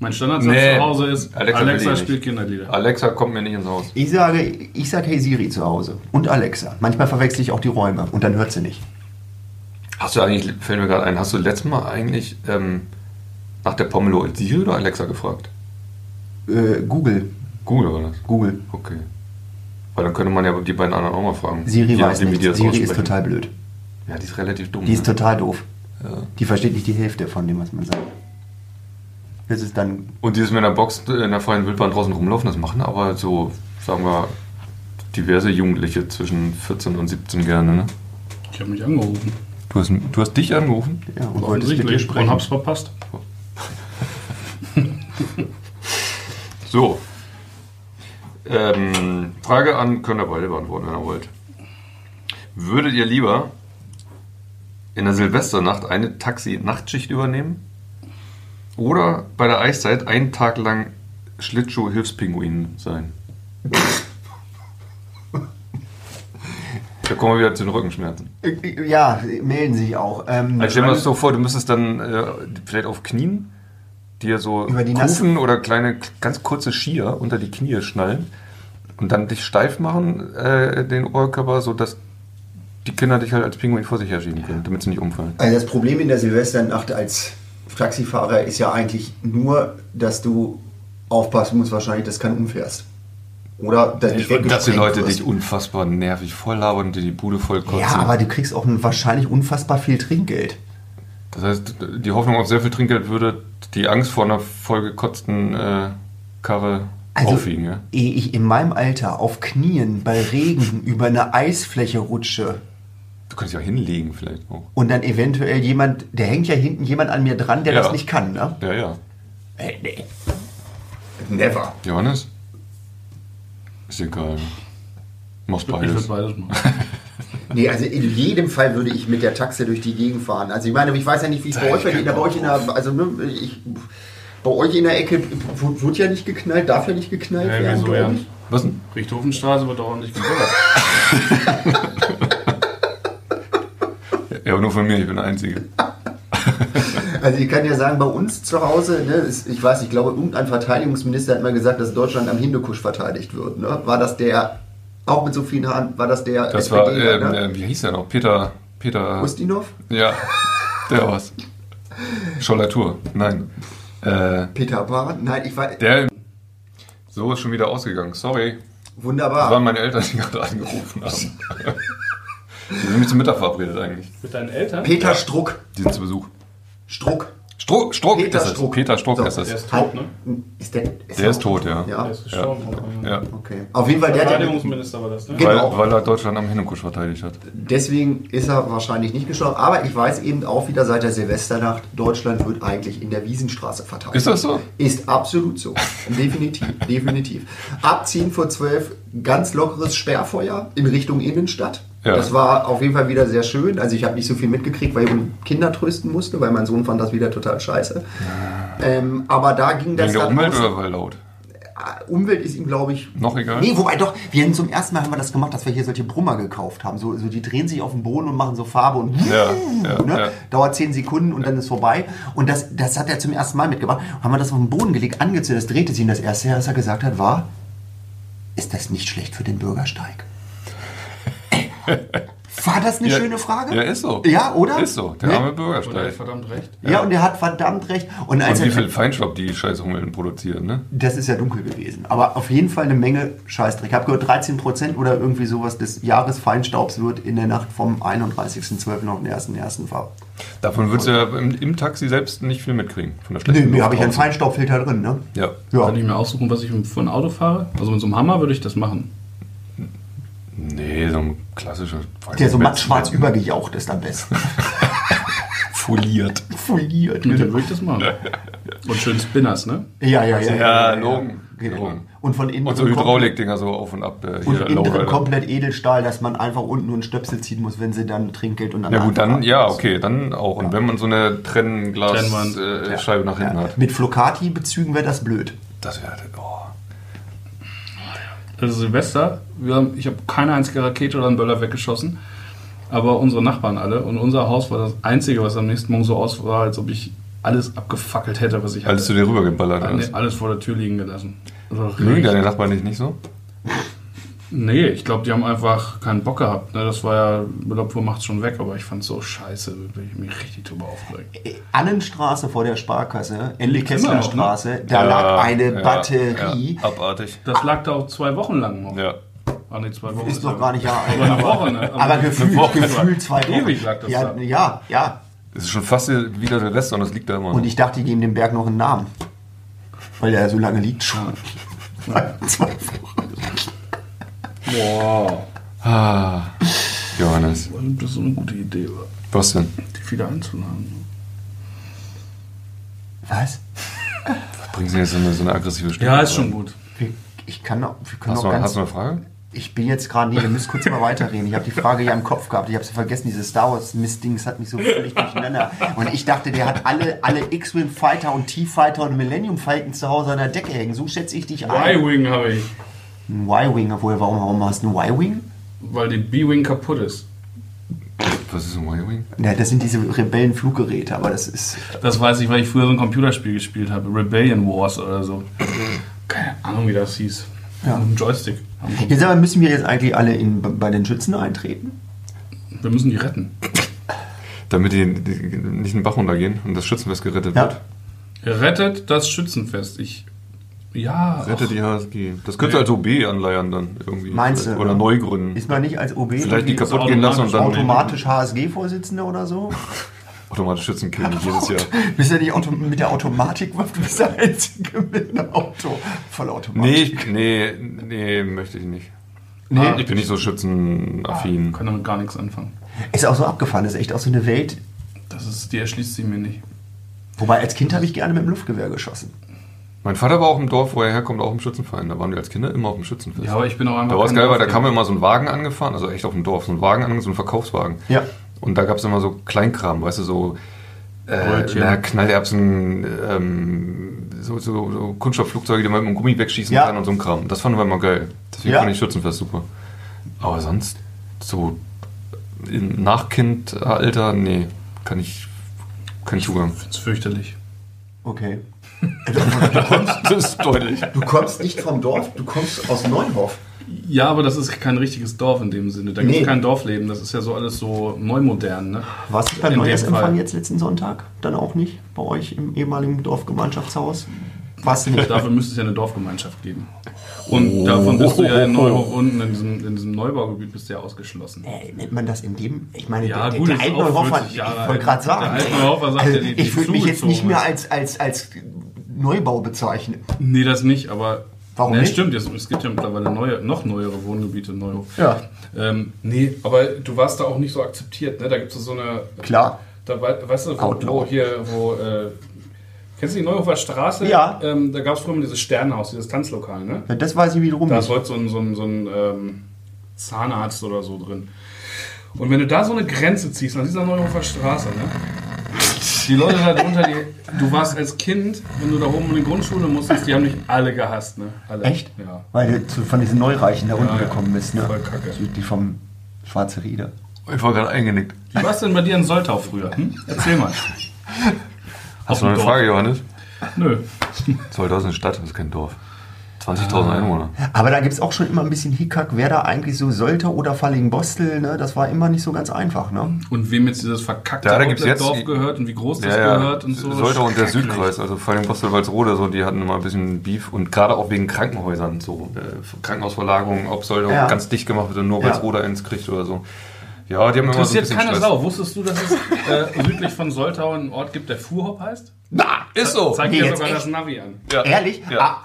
Speaker 3: Mein Standardsatz
Speaker 2: Nee,
Speaker 3: zu Hause ist,
Speaker 2: Alexa
Speaker 3: Alexa,
Speaker 2: will ich nicht.
Speaker 3: spielt Kinderlieder.
Speaker 2: Alexa kommt mir nicht ins Haus.
Speaker 4: Ich sage, ich sage Hey Siri zu Hause und Alexa. Manchmal verwechsel ich auch die Räume und dann hört sie nicht.
Speaker 2: Hast du eigentlich, fällt mir gerade ein, hast du letztes Mal eigentlich ähm, nach der Pomelo Siri oder Alexa gefragt?
Speaker 4: Äh, Google,
Speaker 2: Google war das.
Speaker 4: Google.
Speaker 2: Okay. Weil dann könnte man ja die beiden anderen auch mal fragen.
Speaker 4: Siri
Speaker 2: Je
Speaker 4: weiß
Speaker 2: nachdem, wie
Speaker 4: nicht.
Speaker 2: die das
Speaker 4: Siri ist
Speaker 2: aussprechen.
Speaker 4: total blöd.
Speaker 2: Ja, die ist relativ dumm.
Speaker 4: Die ist
Speaker 2: ne?
Speaker 4: total doof.
Speaker 2: ja.
Speaker 4: Die versteht nicht die Hälfte von dem, was man sagt. Das ist dann
Speaker 2: Und die ist mit einer Box äh, in der freien Wildbahn draußen rumlaufen, das machen aber so, sagen wir, diverse Jugendliche zwischen 14 und 17 gerne. Ne?
Speaker 3: Ich habe mich angerufen.
Speaker 2: Du, hast, du hast dich angerufen?
Speaker 4: ja, und wollte mit dir
Speaker 3: und
Speaker 4: sprechen.
Speaker 3: hab's verpasst.
Speaker 2: So. Ähm, Frage an, könnt ihr beide beantworten, wenn ihr wollt. Würdet ihr lieber in der Silvesternacht eine Taxi-Nachtschicht übernehmen oder bei der Eiszeit einen Tag lang Schlittschuh-Hilfspinguin sein? da kommen wir wieder zu den Rückenschmerzen.
Speaker 4: Äh, Ja, melden sich auch. Ähm,
Speaker 2: Also stell dir das so vor, du müsstest dann äh, vielleicht auf Knien dir so
Speaker 4: Über die
Speaker 2: Kufen oder kleine, ganz kurze Skier unter die Knie schnallen und dann dich steif machen, äh, den Oberkörper, sodass die Kinder dich halt als Pinguin vor sich herschieben können, damit sie nicht umfallen.
Speaker 4: Also das Problem in der Silvesternacht als Taxifahrer ist ja eigentlich nur, dass du aufpassen musst wahrscheinlich, dass du keinen umfährst. Oder dass, nicht
Speaker 2: Und dass die
Speaker 4: weggesprengt
Speaker 2: Leute
Speaker 4: wirst.
Speaker 2: dich unfassbar nervig voll labern und dir die Bude voll kotzen.
Speaker 4: Ja, aber du kriegst auch ein wahrscheinlich unfassbar viel Trinkgeld.
Speaker 2: das heißt, die Hoffnung auf sehr viel Trinkgeld würde die Angst vor einer vollgekotzten äh, Karre
Speaker 4: Also
Speaker 2: aufwiegen. Ja?
Speaker 4: ehe ich in meinem Alter auf Knien bei Regen über eine Eisfläche rutsche
Speaker 2: Du könntest dich auch hinlegen vielleicht auch.
Speaker 4: und dann eventuell jemand, der hängt ja hinten jemand an mir dran, der
Speaker 2: Ja.
Speaker 4: das nicht kann, ne?
Speaker 2: Ja, ja.
Speaker 4: Äh, nee. Never.
Speaker 2: Johannes? Ist egal. Machst
Speaker 3: Ich würde
Speaker 2: beides.
Speaker 3: beides machen.
Speaker 5: Nee, also in jedem Fall würde ich mit der Taxe durch die Gegend fahren. Also ich meine, ich weiß ja nicht, wie es bei euch vergeht. Da bei euch in der, also ne, ich, bei euch in der Ecke wurde, wurde ja nicht geknallt, darf ja nicht geknallt
Speaker 3: Hey,
Speaker 5: werden.
Speaker 3: wieso,
Speaker 5: glaub
Speaker 3: ja?
Speaker 5: ich.
Speaker 2: Was denn?
Speaker 3: Richthofenstraße wird auch nicht geböllert.
Speaker 2: Ja, aber nur von mir, ich bin der Einzige.
Speaker 5: Also ich kann ja sagen, bei uns zu Hause, ne, ist, ich weiß, ich glaube, irgendein Verteidigungsminister hat mal gesagt, dass Deutschland am Hindukusch verteidigt wird. Ne? War das der, auch mit so vielen Haaren, war das der
Speaker 2: Das war,
Speaker 5: SPDler,
Speaker 2: ähm,
Speaker 5: ne?
Speaker 2: äh, wie hieß der noch? Peter, Peter,
Speaker 5: Ustinov?
Speaker 2: ja, der war's. Schollatur, nein. Äh,
Speaker 5: Peter Pan? Nein, ich war,
Speaker 2: der, so ist schon wieder ausgegangen, sorry. Das waren
Speaker 5: wunderbar.
Speaker 2: meine Eltern, die gerade angerufen haben. Die sind mich zum Mittag verabredet eigentlich.
Speaker 3: Mit deinen Eltern?
Speaker 5: Peter Struck.
Speaker 2: Die sind zu Besuch.
Speaker 5: Struck.
Speaker 2: Stro Struck
Speaker 5: Peter
Speaker 2: ist es.
Speaker 5: Struck.
Speaker 2: Peter Struck
Speaker 5: So,
Speaker 2: ist
Speaker 3: Der
Speaker 2: es.
Speaker 3: ist tot, ne?
Speaker 5: Ist der,
Speaker 2: Der ist tot, ja.
Speaker 5: Ja,
Speaker 3: Der ist gestorben.
Speaker 2: ja.
Speaker 5: okay. Auf jeden Fall, der hat ja
Speaker 3: Verteidigungsminister war das, ne?
Speaker 5: Genau.
Speaker 2: Weil, weil er Deutschland am Hindukusch verteidigt hat.
Speaker 5: Deswegen ist er wahrscheinlich nicht gestorben. Aber ich weiß eben auch wieder seit der Silvesternacht, Deutschland wird eigentlich in der Wiesenstraße verteilt.
Speaker 2: Ist das so?
Speaker 5: Ist absolut so. Definitiv, definitiv. Abziehen vor 12, ganz lockeres Sperrfeuer in Richtung Innenstadt.
Speaker 2: Ja.
Speaker 5: Das war auf jeden Fall wieder sehr schön. Also ich habe nicht so viel mitgekriegt, weil ich um Kinder trösten musste, weil mein Sohn fand das wieder total scheiße. Ähm, aber da ging das
Speaker 2: Ah. Wegen der
Speaker 5: dann
Speaker 2: Umwelt
Speaker 5: aus-
Speaker 2: oder weil laut?
Speaker 5: Umwelt ist ihm, glaube ich,
Speaker 2: Noch egal?
Speaker 4: Nee, wobei doch, wir haben zum ersten Mal haben wir das gemacht, dass wir hier solche Brummer gekauft haben. So, so die drehen sich auf den Boden und machen so Farbe und
Speaker 2: Ja, ja,
Speaker 4: ne?
Speaker 2: ja.
Speaker 4: dauert zehn Sekunden und dann ist vorbei. Und das, das hat er zum ersten Mal mitgebracht. Haben wir das auf den Boden gelegt, angezündet, das drehte sich. Und das erste, was er gesagt hat, war, ist das nicht schlecht für den Bürgersteig? Äh, War das eine
Speaker 2: Ja.
Speaker 4: schöne Frage?
Speaker 2: Ja, ist so.
Speaker 4: Ja, oder?
Speaker 2: Ist so. Der
Speaker 4: Ne?
Speaker 2: arme
Speaker 3: Und der hat
Speaker 2: Bürgersteig.
Speaker 3: verdammt recht.
Speaker 4: Ja, und er hat verdammt recht. Und als
Speaker 2: Und wie
Speaker 4: er,
Speaker 2: viel Feinschraub die scheiß Hummeln produzieren, ne?
Speaker 4: das ist ja dunkel gewesen, aber auf jeden Fall eine Menge Scheißdreck. Ich habe gehört, 13% oder irgendwie sowas des Jahresfeinstaubs wird in der Nacht vom 31.12. auf den 1.1. ver.
Speaker 2: Davon würdest du ja im, im Taxi selbst nicht viel mitkriegen. Von der
Speaker 4: Nö,
Speaker 2: schlechten
Speaker 4: mir
Speaker 2: Luft
Speaker 4: habe ich einen
Speaker 2: draußen.
Speaker 4: Feinstaubfilter drin, ne?
Speaker 2: Ja.
Speaker 4: Ja.
Speaker 3: Kann ich mir aussuchen, was ich für ein Auto fahre? Also mit so einem Hammer würde ich das machen.
Speaker 2: Nee, so ein klassischer Feinstaub.
Speaker 4: Der so matt schwarz übergejaucht ist am besten.
Speaker 2: foliert.
Speaker 4: Foliert.
Speaker 3: Mit dem
Speaker 4: genau.
Speaker 3: würde ich das machen. Und schön Spinners, ne?
Speaker 4: Ja, ja, ja.
Speaker 2: Ja, Logen.
Speaker 4: Genau.
Speaker 2: Logen.
Speaker 4: Und von innen
Speaker 2: Und so
Speaker 4: drin
Speaker 2: Hydraulikdinger so auf und ab. Äh,
Speaker 4: komplett- Und innen drin
Speaker 2: Lowrider.
Speaker 4: komplett Edelstahl, dass man einfach unten nur einen Stöpsel ziehen muss, wenn sie dann Trinkgeld und dann.
Speaker 2: Ja gut,
Speaker 4: einfach
Speaker 2: dann, ja,
Speaker 4: abmachen.
Speaker 2: okay, dann auch. Und wenn man so eine
Speaker 3: Trennwand.
Speaker 2: Trennglasscheibe äh, Scheibe nach hinten
Speaker 4: Ja.
Speaker 2: hat.
Speaker 4: Mit Flocati-Bezügen wäre das blöd.
Speaker 2: Das wäre halt, oh.
Speaker 3: Also Silvester, wir haben, ich habe keine einzige Rakete oder einen Böller weggeschossen, aber unsere Nachbarn alle. Und unser Haus war das Einzige, was am nächsten Morgen so aus war, als ob ich alles abgefackelt hätte, was ich
Speaker 2: Als du
Speaker 3: hatte.
Speaker 2: dir rübergeballert hast.
Speaker 3: Nee, alles vor der Tür liegen gelassen. Also
Speaker 2: Mögen deine Nachbarn nicht, nicht so?
Speaker 3: Nee, ich glaube, die haben einfach keinen Bock gehabt. Ne? Das war ja, Müllabfuhr macht's schon weg, aber ich fand's so scheiße. Da bin ich mich richtig drüber aufgeregt.
Speaker 4: Annenstraße vor der Sparkasse,
Speaker 3: immer
Speaker 4: Ende
Speaker 3: noch, ne?
Speaker 4: Kesslerstraße, da lag eine Batterie.
Speaker 2: Ja, abartig.
Speaker 3: Das lag da auch zwei Wochen lang noch.
Speaker 2: Ja.
Speaker 3: Ah, nee, zwei Wochen.
Speaker 4: Ist noch gar nicht ja.
Speaker 3: Aber eine Woche, ne?
Speaker 4: Aber gefühlt,
Speaker 3: Woche.
Speaker 4: gefühlt zwei Wochen.
Speaker 3: Ewig lag das
Speaker 4: ja,
Speaker 3: da.
Speaker 4: ja, ja.
Speaker 2: Es ist schon fast wieder Silvester und das liegt da immer.
Speaker 4: Und
Speaker 2: noch.
Speaker 4: ich dachte, die geben dem Berg noch einen Namen. Weil der so lange liegt schon. Zwei Wochen.
Speaker 3: Boah.
Speaker 2: ah, Johannes.
Speaker 3: Weil das so eine gute Idee war,
Speaker 2: Was denn?
Speaker 3: die wieder einzuladen.
Speaker 4: Was?
Speaker 2: Bringst du jetzt so eine, so eine aggressive Stimme?
Speaker 3: Ja, ist schon gut.
Speaker 4: Wir- Ich kann auch, wir können
Speaker 2: Hast du,
Speaker 4: auch
Speaker 2: noch- hast
Speaker 4: ganz.
Speaker 2: du eine Frage?
Speaker 4: Ich bin jetzt gerade, nee, ihr müsst kurz mal weiterreden. Ich habe die Frage ja im Kopf gehabt. Ich habe sie vergessen. Dieses Star Wars Mistdings hat mich so völlig durcheinander. Und ich dachte, der hat alle, alle X-Wing Fighter und T-Fighter und Millennium Falcon zu Hause an der Decke hängen. So schätze ich dich ein.
Speaker 3: Y-Wing habe ich,
Speaker 4: Ein Y-Wing, obwohl, warum, warum hast du einen Y-Wing?
Speaker 3: weil die B-Wing kaputt ist.
Speaker 2: Was ist ein Wiring?
Speaker 4: Ja, das sind diese Rebellenfluggeräte, aber das ist.
Speaker 3: Das weiß ich, weil ich früher so ein Computerspiel gespielt habe. Rebellion Wars oder so. Keine Ahnung, wie das hieß. Ja. Ein Joystick.
Speaker 4: Jetzt aber müssen wir jetzt eigentlich alle in, bei den Schützen eintreten?
Speaker 3: Wir müssen die retten.
Speaker 2: Damit die, die nicht in den Bach runtergehen und das Schützenfest gerettet
Speaker 4: Ja.
Speaker 2: wird.
Speaker 3: Rettet das Schützenfest. Ich. Ja.
Speaker 2: Rette die HSG. Das könnte als OB anleiern dann irgendwie.
Speaker 4: Meinst du?
Speaker 2: Oder neu gründen.
Speaker 4: Ist man nicht als OB
Speaker 2: Vielleicht die
Speaker 4: irgendwie
Speaker 2: kaputt gehen lassen und dann
Speaker 4: automatisch HSG-Vorsitzender oder so?
Speaker 2: automatisch Schützenkönig jedes Jahr.
Speaker 4: Bist ja nicht Auto mit der Automatikwaffe, du bist der Einzige mit einem Auto. Vollautomatisch.
Speaker 2: Nee, ich, nee, nee, möchte ich nicht.
Speaker 3: Nee.
Speaker 2: Ich bin nicht so
Speaker 4: Ah,
Speaker 2: schützenaffin.
Speaker 3: ah, Kann damit gar nichts anfangen.
Speaker 4: Ist auch so abgefahren, ist echt auch so eine Welt.
Speaker 3: Das ist, die erschließt sie mir nicht.
Speaker 4: Wobei als Kind habe ich gerne mit dem Luftgewehr geschossen.
Speaker 2: Mein Vater war auch im Dorf, wo er herkommt, auch im Schützenverein. Da waren wir als Kinder immer auf dem Schützenfest.
Speaker 3: Ja, aber ich bin auch einfach.
Speaker 2: da war es
Speaker 3: kein
Speaker 2: geil, weil da kam
Speaker 3: Dorfkind.
Speaker 2: immer so ein Wagen angefahren, also echt auf dem Dorf, so ein Wagen angefahren, so ein Verkaufswagen.
Speaker 4: Ja.
Speaker 2: Und da gab es immer so Kleinkram, weißt du, so äh,
Speaker 3: Brötchen.
Speaker 2: na, Knallerbsen, ähm, so, so, so Kunststoffflugzeuge, die man mit dem Gummi wegschießen
Speaker 4: Ja.
Speaker 2: kann und so ein Kram. Das fanden wir immer geil. Deswegen
Speaker 4: Ja.
Speaker 2: fand ich Schützenfest super. Aber sonst so im Nachkindalter, nee, kann ich, kann ich Zugang.
Speaker 3: Das ist fürchterlich.
Speaker 4: Okay. Also,
Speaker 2: Das ist deutlich.
Speaker 5: Du kommst nicht vom Dorf, du kommst aus Neuhof.
Speaker 3: Ja, aber das ist kein richtiges Dorf in dem Sinne. Da gibt es
Speaker 5: Nee.
Speaker 3: kein Dorfleben. Das ist ja so alles so neumodern. Ne?
Speaker 4: Warst du beim
Speaker 3: In dem
Speaker 4: Neujahrsempfang
Speaker 3: Fall.
Speaker 4: jetzt letzten Sonntag? Dann auch nicht? Bei euch im ehemaligen Dorfgemeinschaftshaus? Warst du nicht?
Speaker 3: Dafür müsste es ja eine Dorfgemeinschaft geben. Und davon bist du ja in Neuhof unten, in diesem, in diesem Neubaugebiet, bist du ja ausgeschlossen.
Speaker 4: Äh, nennt man das in dem? Ich meine,
Speaker 3: Ja,
Speaker 4: der,
Speaker 3: gut,
Speaker 4: der,
Speaker 3: ist
Speaker 4: der alte
Speaker 3: auch
Speaker 4: Neuhofer,
Speaker 3: 40
Speaker 4: ich
Speaker 3: Jahre
Speaker 4: wollte gerade
Speaker 3: alt.
Speaker 4: sagen.
Speaker 3: Der alte Neuhofer sagt,
Speaker 4: also,
Speaker 3: der die- die
Speaker 4: ich würde mich jetzt nicht
Speaker 3: zugezogen
Speaker 4: mehr
Speaker 3: ist.
Speaker 4: als, als, als Neubau bezeichnen.
Speaker 3: Nee, das nicht, aber.
Speaker 4: Warum
Speaker 3: Nee,
Speaker 4: nicht?
Speaker 3: Stimmt, es, es gibt ja mittlerweile neue, noch neuere Wohngebiete in Neuhof.
Speaker 5: Ja.
Speaker 3: Ähm, nee, aber du warst da auch nicht so akzeptiert, ne? Da gibt es so eine.
Speaker 4: Klar.
Speaker 3: Da, wei- weißt du, wo,
Speaker 4: Outlaw.
Speaker 3: wo hier, wo. Äh, kennst du die Neuhofer Straße?
Speaker 4: Ja.
Speaker 3: Ähm, da gab es früher mal dieses Sternhaus, dieses Tanzlokal, ne?
Speaker 4: Ja, Das weiß ich
Speaker 2: Hm.
Speaker 4: wiederum
Speaker 3: Da ist
Speaker 4: nicht.
Speaker 3: heute so ein, so ein, so ein ähm, Zahnarzt oder so drin. Und wenn du da so eine Grenze ziehst, an dieser Neuhofer Straße, ne? Die Leute da drunter, die, du warst als Kind, wenn du da oben in die Grundschule musstest, die haben dich alle gehasst, ne? Alle.
Speaker 4: Echt?
Speaker 3: Ja.
Speaker 4: Weil du zu, von diesen Neureichen da unten
Speaker 3: ja.
Speaker 4: gekommen bist, ne?
Speaker 3: Voll kacke.
Speaker 4: Südlich vom Schwarze Rieder.
Speaker 2: Ich war gerade eingenickt.
Speaker 3: Wie war es denn bei dir in Soltau früher? Hm? Erzähl mal.
Speaker 2: Hast du noch eine
Speaker 3: Dorf.
Speaker 2: Frage, Johannes?
Speaker 3: Nö.
Speaker 2: Soll das eine Stadt, das ist kein Dorf. 20.000 Einwohner.
Speaker 4: Aber da gibt es auch schon immer ein bisschen Hickhack, wer da eigentlich so sollte oder Fallingbostel, ne? Das war immer nicht so ganz einfach, ne?
Speaker 3: Und wem jetzt dieses verkackte
Speaker 2: Ja, da gibt's jetzt-
Speaker 3: Dorf gehört und wie groß das gehört und so.
Speaker 2: Sollte und der
Speaker 3: Schrecklich.
Speaker 2: Südkreis, also vor allem Postelwaldsrode, so, die hatten immer ein bisschen Beef und gerade auch wegen Krankenhäusern, so äh, Krankenhausverlagerungen, ob Sollte
Speaker 4: Ja.
Speaker 2: ganz dicht gemacht wird und nur weil
Speaker 4: Ja.
Speaker 2: es Rode eins kriegt oder so. Ja, die haben immer so ein
Speaker 3: Interessiert
Speaker 2: bisschen
Speaker 3: keine
Speaker 2: Stress.
Speaker 3: Sau. Wusstest du, dass es äh, südlich von Soltau einen Ort gibt, der Fuhrhop heißt?
Speaker 2: Na, ist so.
Speaker 3: Zeig
Speaker 4: Nee,
Speaker 3: dir
Speaker 4: jetzt
Speaker 3: sogar
Speaker 4: echt?
Speaker 3: das Navi an.
Speaker 2: Ja.
Speaker 4: Ehrlich?
Speaker 2: Ja.
Speaker 4: Ah,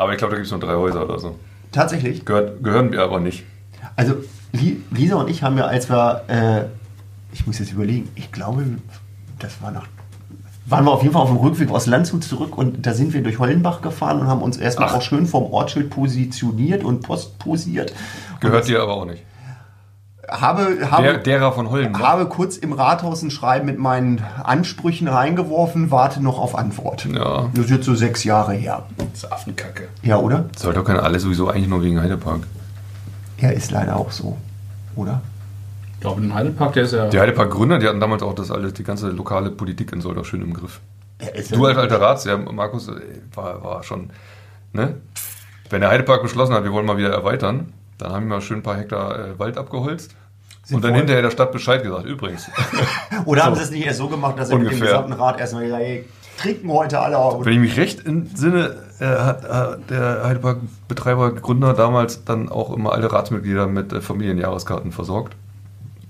Speaker 2: Aber ich glaube, da gibt es nur drei Häuser oder so.
Speaker 4: tatsächlich.
Speaker 2: Gehört, gehören wir aber nicht.
Speaker 4: Also Li- Lisa und ich haben ja, als wir, äh, ich muss jetzt überlegen, ich glaube, das war nach, waren wir auf jeden Fall auf dem Rückweg aus Landshut zurück und da sind wir durch Hollenbach gefahren und haben uns erstmal
Speaker 2: Ach.
Speaker 4: auch schön vorm Ortsschild positioniert und postposiert.
Speaker 2: Gehört dir aber auch nicht.
Speaker 4: Habe, habe,
Speaker 2: Der, derer von Hollen. ne?
Speaker 4: habe kurz im Rathaus ein Schreiben mit meinen Ansprüchen reingeworfen, warte noch auf Antwort.
Speaker 2: Ja.
Speaker 4: Das ist jetzt so sechs Jahre her.
Speaker 3: Das ist Affenkacke.
Speaker 4: Ja, oder?
Speaker 2: Sollte auch keine alle sowieso eigentlich nur wegen Heidepark.
Speaker 4: Ja, ist leider auch so. Oder?
Speaker 3: Ich glaube, den Heidepark, der ist ja.
Speaker 2: Die Heidepark-Gründer, die hatten damals auch das alles, die ganze lokale Politik in Soldau schön im Griff.
Speaker 4: Ja, ist
Speaker 2: Du
Speaker 4: ja-
Speaker 2: als alter Ratsherr, Markus, äh, war, war schon, ne? Wenn der Heidepark beschlossen hat, wir wollen mal wieder erweitern, dann haben wir mal schön ein paar Hektar äh, Wald abgeholzt und dann
Speaker 4: voll.
Speaker 2: hinterher der Stadt Bescheid gesagt. Übrigens,
Speaker 4: Oder haben sie es nicht erst so gemacht, dass sie mit dem
Speaker 2: Ungefähr.
Speaker 4: gesamten Rat erstmal gesagt hey, trinken heute alle auch.
Speaker 2: wenn ich mich recht entsinne, äh, hat äh, der Heidepark-Betreiber, Gründer damals dann auch immer alle Ratsmitglieder mit äh, Familienjahreskarten versorgt.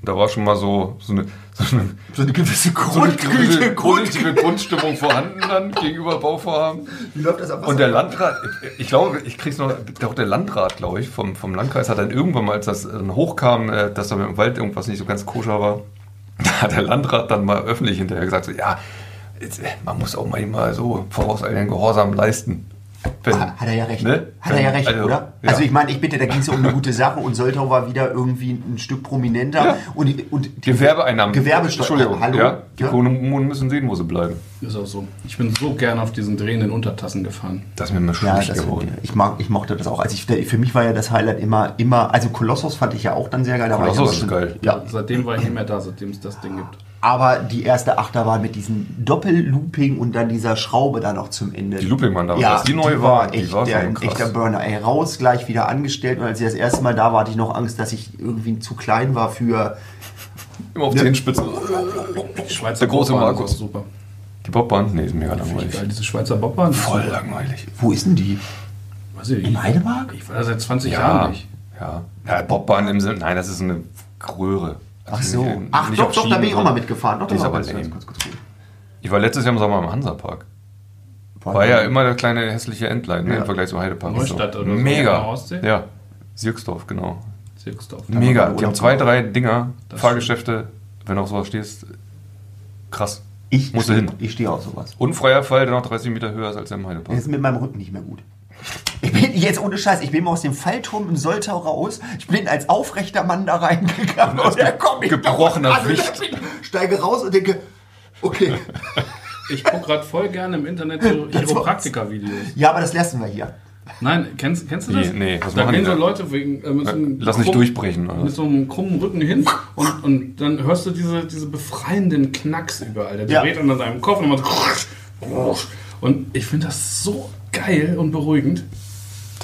Speaker 2: Da war schon mal so, so eine, so eine
Speaker 4: so eine gewisse
Speaker 2: so eine
Speaker 4: Grundgüte, Grund.
Speaker 2: positive Grundstimmung vorhanden dann gegenüber Bauvorhaben.
Speaker 5: Wie läuft das ab?
Speaker 2: Und der Landrat, ich glaube, ich krieg's noch, auch der Landrat, glaube ich, vom, vom Landkreis hat dann irgendwann mal, als das dann hochkam, äh, dass da mit dem Wald irgendwas nicht so ganz koscher war, da hat der Landrat dann mal öffentlich hinterher gesagt, so, ja, jetzt, äh, man muss auch manchmal so vorauseilenden Gehorsam leisten. Wenn-
Speaker 4: Hat er ja recht.
Speaker 2: Ne?
Speaker 4: Hat er ja
Speaker 2: Wenn-
Speaker 4: recht,
Speaker 2: also,
Speaker 4: oder?
Speaker 2: Ja.
Speaker 4: Also ich meine, ich bitte, da ging es ja um eine gute Sache und Soltau war wieder irgendwie ein Stück prominenter.
Speaker 2: Ja.
Speaker 4: Und, die- und die
Speaker 2: Gewerbeeinnahmen.
Speaker 4: Gewerbesteuer.
Speaker 2: Entschuldigung.
Speaker 4: Hallo.
Speaker 2: Ja, die
Speaker 4: Ja.
Speaker 2: Kommunen müssen sehen, wo sie bleiben.
Speaker 3: Ist auch so. Ich bin so gern auf diesen drehenden Untertassen gefahren.
Speaker 2: Das ist mir mal
Speaker 4: Ja,
Speaker 2: schlecht
Speaker 4: das
Speaker 2: geworden.
Speaker 4: ich, mag, ich mochte das auch. Also ich, für mich war ja das Highlight immer, immer, also Kolossos fand ich ja auch dann sehr geil. da war ich
Speaker 2: Kolossos
Speaker 4: aber
Speaker 2: ist
Speaker 4: schon-
Speaker 2: geil.
Speaker 4: Ja,
Speaker 3: Seitdem war ich nicht mehr da, seitdem es das Ding gibt.
Speaker 4: aber die erste Achterbahn mit diesem Doppellooping und dann dieser Schraube da noch zum Ende.
Speaker 2: Die Looping-Mann damals,
Speaker 4: ja,
Speaker 2: als die neu war, die
Speaker 4: echt
Speaker 2: war
Speaker 4: der,
Speaker 2: schon
Speaker 4: ein
Speaker 2: krass.
Speaker 4: echter Burner. Ey, raus, gleich wieder angestellt. Und als ich das erste Mal da war, hatte ich noch Angst, dass ich irgendwie zu klein war für...
Speaker 2: Immer auf Zehenspitzen.
Speaker 3: Die Schweizer
Speaker 2: Der große
Speaker 3: Bobbahn
Speaker 2: Markus.
Speaker 3: Ist auch super.
Speaker 2: Die Bobbahn? Nee, ist mega
Speaker 3: Wie
Speaker 2: langweilig.
Speaker 3: geil, diese Schweizer Bobbahn.
Speaker 2: Voll langweilig.
Speaker 4: Wo ist denn die?
Speaker 3: Weiß ich,
Speaker 4: In
Speaker 3: nicht.
Speaker 4: Heidelberg?
Speaker 3: ich war da seit 20
Speaker 2: Ja,
Speaker 3: Jahren nicht.
Speaker 2: ja. ja Bobbahn im Sinne, nein, das ist eine Röhre.
Speaker 4: Ach
Speaker 2: Also
Speaker 4: so.
Speaker 2: nicht-
Speaker 4: Ach
Speaker 2: nicht
Speaker 4: doch,
Speaker 2: auf
Speaker 4: doch, da
Speaker 2: Schienen,
Speaker 4: bin ich auch mal
Speaker 2: sondern-
Speaker 4: mitgefahren. Doch,
Speaker 2: Die ist
Speaker 4: doch,
Speaker 2: aber
Speaker 4: doch,
Speaker 2: lame.
Speaker 4: kurz, kurz, kurz.
Speaker 2: Ich war letztes Jahr im Sommer im Hansapark. War ja immer der kleine hässliche Endlein ne, im Vergleich zum Heidepark. und
Speaker 3: Neustadt
Speaker 2: so.
Speaker 3: oder so, an der
Speaker 2: Mega.
Speaker 3: Ostsee?
Speaker 2: ja, Sirksdorf, genau.
Speaker 3: Zirksdorf.
Speaker 2: Mega.
Speaker 4: man
Speaker 2: Die haben
Speaker 4: Urlaub
Speaker 2: zwei, drei Dinger,
Speaker 3: Das
Speaker 2: Fahrgeschäfte, wenn du auf sowas stehst. Krass.
Speaker 4: Ich,
Speaker 2: Musst du hin.
Speaker 4: ich stehe auf sowas.
Speaker 2: Unfreier Fall, der noch 30 Meter höher ist als der im Heidepark.
Speaker 4: Jetzt ist mit meinem Rücken nicht mehr gut. Ich bin jetzt ohne Scheiß, ich bin mal aus dem Fallturm im Soltau raus. Ich bin als aufrechter Mann da reingegangen und da komm ich Also,
Speaker 2: gebrochener
Speaker 4: noch an.
Speaker 2: Wicht.
Speaker 5: Steige raus und denke, okay,
Speaker 3: Ich gucke gerade voll gerne im Internet so Chiropraktiker-Videos.
Speaker 4: Ja, aber das lassen wir hier.
Speaker 3: Nein, kennst, kennst du das?
Speaker 2: Nee, nee, was
Speaker 3: da
Speaker 2: machen
Speaker 3: gehen
Speaker 2: die
Speaker 3: so
Speaker 2: da?
Speaker 3: Leute wegen. Äh, mit so einem
Speaker 2: Lass nicht
Speaker 3: krumm-
Speaker 2: durchbrechen. Oder?
Speaker 3: Mit so einem krummen Rücken hin und, und dann hörst du diese, diese befreienden Knacks überall. Der
Speaker 4: Ja.
Speaker 3: dreht dann an seinem Kopf und macht. Und ich finde das so geil und beruhigend.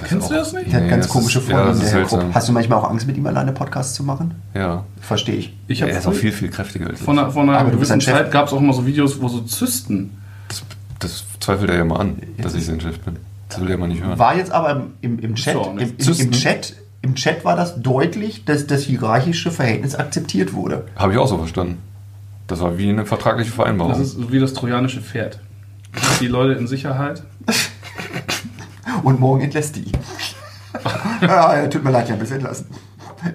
Speaker 3: Kennst du das nicht?
Speaker 4: Ich habe
Speaker 2: Nee,
Speaker 4: ganz
Speaker 2: das
Speaker 4: komische
Speaker 2: ist- ja,
Speaker 4: Freunde,
Speaker 2: das
Speaker 4: der
Speaker 2: ist
Speaker 4: Herr
Speaker 2: seltsam.
Speaker 4: Krupp. Hast du manchmal auch Angst, mit ihm alleine Podcasts zu machen?
Speaker 2: Ja.
Speaker 4: Verstehe ich.
Speaker 3: Ich
Speaker 2: Er
Speaker 3: habe
Speaker 2: ist auch viel, viel kräftiger als ich.
Speaker 3: von einer, von einer
Speaker 4: Aber du
Speaker 3: gewissen
Speaker 4: bist ein Chef.
Speaker 3: Zeit gab es auch immer so Videos, wo so Zysten.
Speaker 2: Das, das zweifelt er ja mal an, dass ich sein Chef bin. Das will er mal nicht hören.
Speaker 4: War jetzt aber im, im, im Chat,
Speaker 3: So,
Speaker 2: ne?
Speaker 3: und
Speaker 4: im,
Speaker 3: jetzt
Speaker 4: im, im
Speaker 2: Zysten.
Speaker 4: Chat, im Chat war das deutlich, dass das hierarchische Verhältnis akzeptiert wurde.
Speaker 2: Habe ich auch so verstanden. Das war wie eine vertragliche
Speaker 3: Das
Speaker 2: Vereinbarung.
Speaker 3: ist wie das trojanische Pferd. Die Leute in Sicherheit.
Speaker 4: Und morgen entlässt die ihn. Ah, ja, ja, tut mir leid, ich habe es entlassen.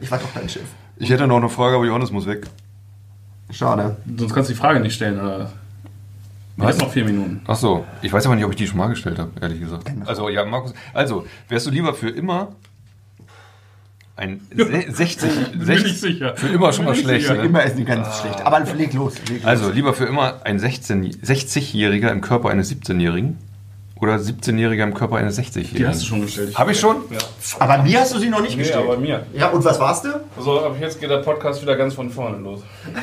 Speaker 4: Ich war doch dein Chef.
Speaker 2: Ich hätte noch eine Frage, aber Johannes muss weg.
Speaker 4: Schade.
Speaker 3: Sonst kannst du die Frage nicht stellen. Oder? Ich
Speaker 2: Was?
Speaker 3: habe noch vier Minuten.
Speaker 2: Ach so, ich weiß aber nicht, ob ich die schon mal gestellt habe, ehrlich gesagt. Also, ja, Markus, also, wärst du lieber für immer ein se- 60,
Speaker 3: Bin ich sicher.
Speaker 2: für immer schon mal
Speaker 3: Bin ich
Speaker 2: schlecht,
Speaker 3: sicher.
Speaker 2: ne?
Speaker 4: Immer ist nicht ganz schlecht. Aber leg los. Leg los.
Speaker 2: Also, lieber für immer ein 16 60-Jähriger im Körper eines 17-Jährigen oder 17-Jähriger im Körper eines 60-Jährigen?
Speaker 3: Die hast du schon gestellt.
Speaker 2: Habe ich schon?
Speaker 3: Ja.
Speaker 4: aber mir hast du sie noch nicht
Speaker 3: Nee,
Speaker 4: gestellt.
Speaker 3: aber mir.
Speaker 5: ja und was warst du?
Speaker 3: So, Also, ab jetzt geht der Podcast wieder ganz von vorne los.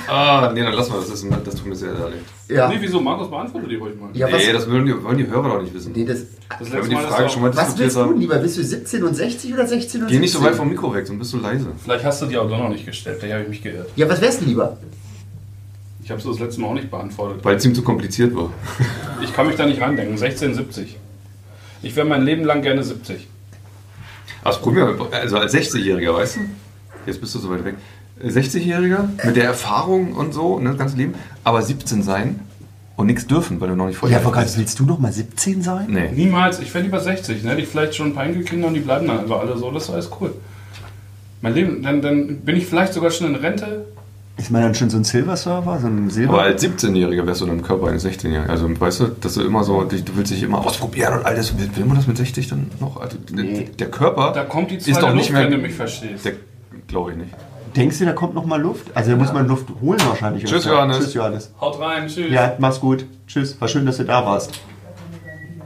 Speaker 2: Ah, nee, dann lassen wir das. Das, ist- das tut mir sehr, sehr leid.
Speaker 5: Ja,
Speaker 3: Nee, wieso? Markus, beantworte die ruhig mal.
Speaker 5: ja was,
Speaker 2: nee, das wollen die, wollen die Hörer doch nicht wissen.
Speaker 5: nee, das,
Speaker 3: Das
Speaker 2: Wenn wir
Speaker 3: letzte
Speaker 2: die
Speaker 3: Mal
Speaker 2: Frage
Speaker 3: ist
Speaker 2: schon mal
Speaker 5: was
Speaker 2: diskutiert
Speaker 5: willst du
Speaker 2: haben.
Speaker 5: lieber? Willst du 17 und 60 oder 16 und 60?
Speaker 2: Geh nicht so weit vom Mikro weg, sonst bist du leise.
Speaker 3: Vielleicht hast du die auch doch noch nicht gestellt. Vielleicht habe ich mich geirrt.
Speaker 5: Ja, was wärst du lieber?
Speaker 3: Ich habe sie das letzte Mal auch nicht beantwortet.
Speaker 2: Weil es ihm zu kompliziert war.
Speaker 3: Ich kann mich da nicht reindenken. 16, 70. Ich wäre mein Leben lang gerne 70.
Speaker 2: Aber das Problem, also als 60-Jähriger, weißt du? Jetzt bist du so weit weg. 60-Jähriger mit der Erfahrung und so, ne, das ganze Leben, aber 17 sein und nichts dürfen, weil du noch nicht
Speaker 4: Oh, Ja,
Speaker 2: volljährig
Speaker 4: aber
Speaker 2: bist.
Speaker 4: ganz, willst du noch mal 17 sein?
Speaker 2: Nee.
Speaker 3: Niemals. Ich wäre lieber 60. Ne? Die vielleicht schon ein paar Enkelkinder und die bleiben dann einfach alle so. Das ist alles cool. Mein Leben, dann, dann bin ich vielleicht sogar schon in Rente.
Speaker 4: Ist man dann schon so ein Silver-Server, so ein Silber?
Speaker 2: Aber als 17-Jähriger wärst du dann im Körper eines 16-Jährigen. Also, weißt du, dass du immer so, dich- du willst dich immer ausprobieren und alles. Will, will man das mit 60 dann noch? Also, der- der Körper
Speaker 3: Da kommt die
Speaker 2: ist
Speaker 3: zweite
Speaker 2: doch
Speaker 3: Luft,
Speaker 2: nicht mehr.
Speaker 3: wenn du mich verstehst.
Speaker 2: Glaube ich nicht.
Speaker 4: Denkst du, da kommt noch mal Luft? Also da muss man Luft holen wahrscheinlich.
Speaker 2: Tschüss,
Speaker 4: öfter.
Speaker 2: Johannes.
Speaker 4: Tschüss, Johannes.
Speaker 3: Haut rein. Tschüss.
Speaker 4: Ja, mach's gut. Tschüss. War schön, dass du da warst.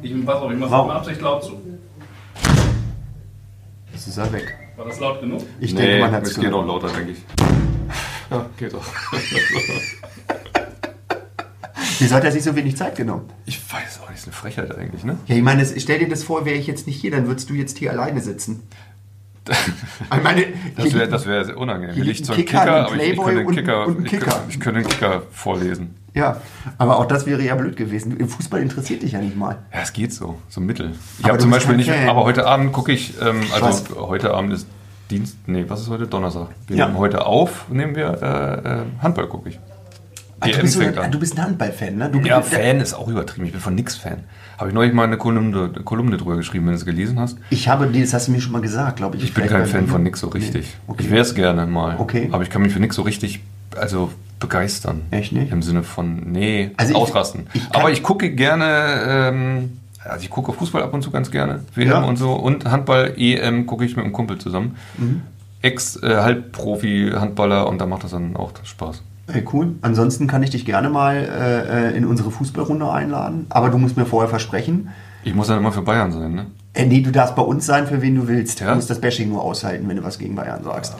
Speaker 3: Ich, pass auf, ich mache
Speaker 4: Warum?
Speaker 3: mit Absicht laut zu.
Speaker 4: Jetzt ist er weg.
Speaker 3: War das laut genug?
Speaker 4: Ich
Speaker 2: nee,
Speaker 4: denke, man hat's
Speaker 2: es geht
Speaker 4: gehört.
Speaker 2: noch lauter, denke ich. Ja, geht doch.
Speaker 4: Wieso hat er sich so wenig Zeit genommen?
Speaker 2: Ich weiß auch nicht, ist eine Frechheit eigentlich, ne?
Speaker 4: Ja, ich meine, das- stell dir das vor, wäre ich jetzt nicht hier, dann würdest du jetzt hier alleine sitzen. Ich meine,
Speaker 2: Das
Speaker 4: hier
Speaker 2: wäre
Speaker 4: liegt-
Speaker 2: das wär sehr unangenehm.
Speaker 4: hier
Speaker 2: Ich
Speaker 4: liegt
Speaker 2: liegt so
Speaker 4: ein
Speaker 2: ein
Speaker 4: Kicker,
Speaker 2: Kicker,
Speaker 4: ein
Speaker 2: aber ich, ich
Speaker 4: Playboy
Speaker 2: könnte den
Speaker 4: und-
Speaker 2: Kicker,
Speaker 4: und ein
Speaker 2: ich,
Speaker 4: Kicker.
Speaker 2: könnte, ich könnte den Kicker vorlesen.
Speaker 4: Ja, aber auch das wäre ja blöd gewesen. Im Fußball interessiert dich ja nicht mal.
Speaker 2: Ja, es geht so, so mittel. Ich
Speaker 4: Aber
Speaker 2: habe
Speaker 4: du
Speaker 2: zum
Speaker 4: bist
Speaker 2: Beispiel
Speaker 4: kein
Speaker 2: nicht,
Speaker 4: Fan.
Speaker 2: aber heute Abend gucke ich, ähm, also
Speaker 4: Was?
Speaker 2: heute Abend ist Dienst, nee, was ist heute? Donnerstag. Wir
Speaker 4: Ja.
Speaker 2: nehmen heute auf, nehmen wir äh, äh, Handball, gucke ich.
Speaker 4: Ah, du,
Speaker 2: DM
Speaker 4: bist so
Speaker 2: fängt
Speaker 4: ein,
Speaker 2: an.
Speaker 4: du bist ein Handball-Fan, ne? Du
Speaker 2: Ja,
Speaker 4: bist-
Speaker 2: Fan ist auch übertrieben. Ich bin von nix Fan. Habe ich neulich mal eine Kolumne, eine Kolumne drüber geschrieben, wenn du es gelesen hast.
Speaker 4: Ich habe, dir- das hast du mir schon mal gesagt, glaube ich.
Speaker 2: Ich bin kein Fan von nix so richtig.
Speaker 4: Okay.
Speaker 2: Ich wäre es gerne mal.
Speaker 4: Okay.
Speaker 2: Aber ich kann mich für nix so richtig, also begeistern.
Speaker 4: Echt nicht?
Speaker 2: Im Sinne von, nee,
Speaker 4: Also ich-
Speaker 2: ausrasten.
Speaker 4: ich kann-
Speaker 2: aber ich gucke gerne, ähm, also ich gucke Fußball ab und zu ganz gerne, WM
Speaker 4: Ja.
Speaker 2: und so. Und Handball, EM gucke ich mit einem Kumpel zusammen.
Speaker 4: Mhm.
Speaker 2: Ex-Halbprofi-Handballer und da macht das dann auch Spaß.
Speaker 4: Ey, cool. Ansonsten kann ich dich gerne mal äh, äh, in unsere Fußballrunde einladen, aber du musst mir vorher versprechen,
Speaker 2: Ich muss dann immer für Bayern sein, ne?
Speaker 4: äh, nee, du darfst bei uns sein, für wen du willst.
Speaker 2: Ja?
Speaker 4: Du musst das Bashing nur aushalten, wenn du was gegen Bayern sagst.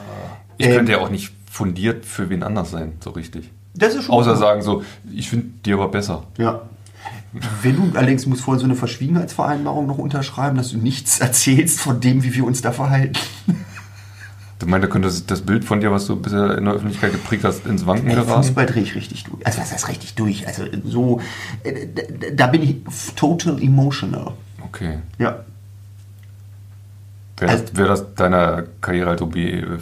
Speaker 2: Ich
Speaker 4: Ähm,
Speaker 2: könnte ja auch nicht fundiert für wen anders sein, so richtig.
Speaker 4: Das ist schon
Speaker 2: Außer
Speaker 4: cool.
Speaker 2: sagen so, ich finde die aber besser.
Speaker 4: Ja. Wenn du allerdings musst vorhin so eine Verschwiegenheitsvereinbarung noch unterschreiben, dass du nichts erzählst von dem, wie wir uns da verhalten.
Speaker 2: Du meinst, da könnte das, das Bild von dir, was du bisher in der Öffentlichkeit geprägt hast, ins Wanken
Speaker 4: Ey,
Speaker 2: geraten?
Speaker 4: Fußball drehe ich richtig durch. Also was heißt richtig durch? Also so, äh, da- da bin ich total emotional.
Speaker 2: Okay.
Speaker 4: Ja.
Speaker 2: Wäre
Speaker 4: Also-
Speaker 2: das, wär das deiner Karriere als OB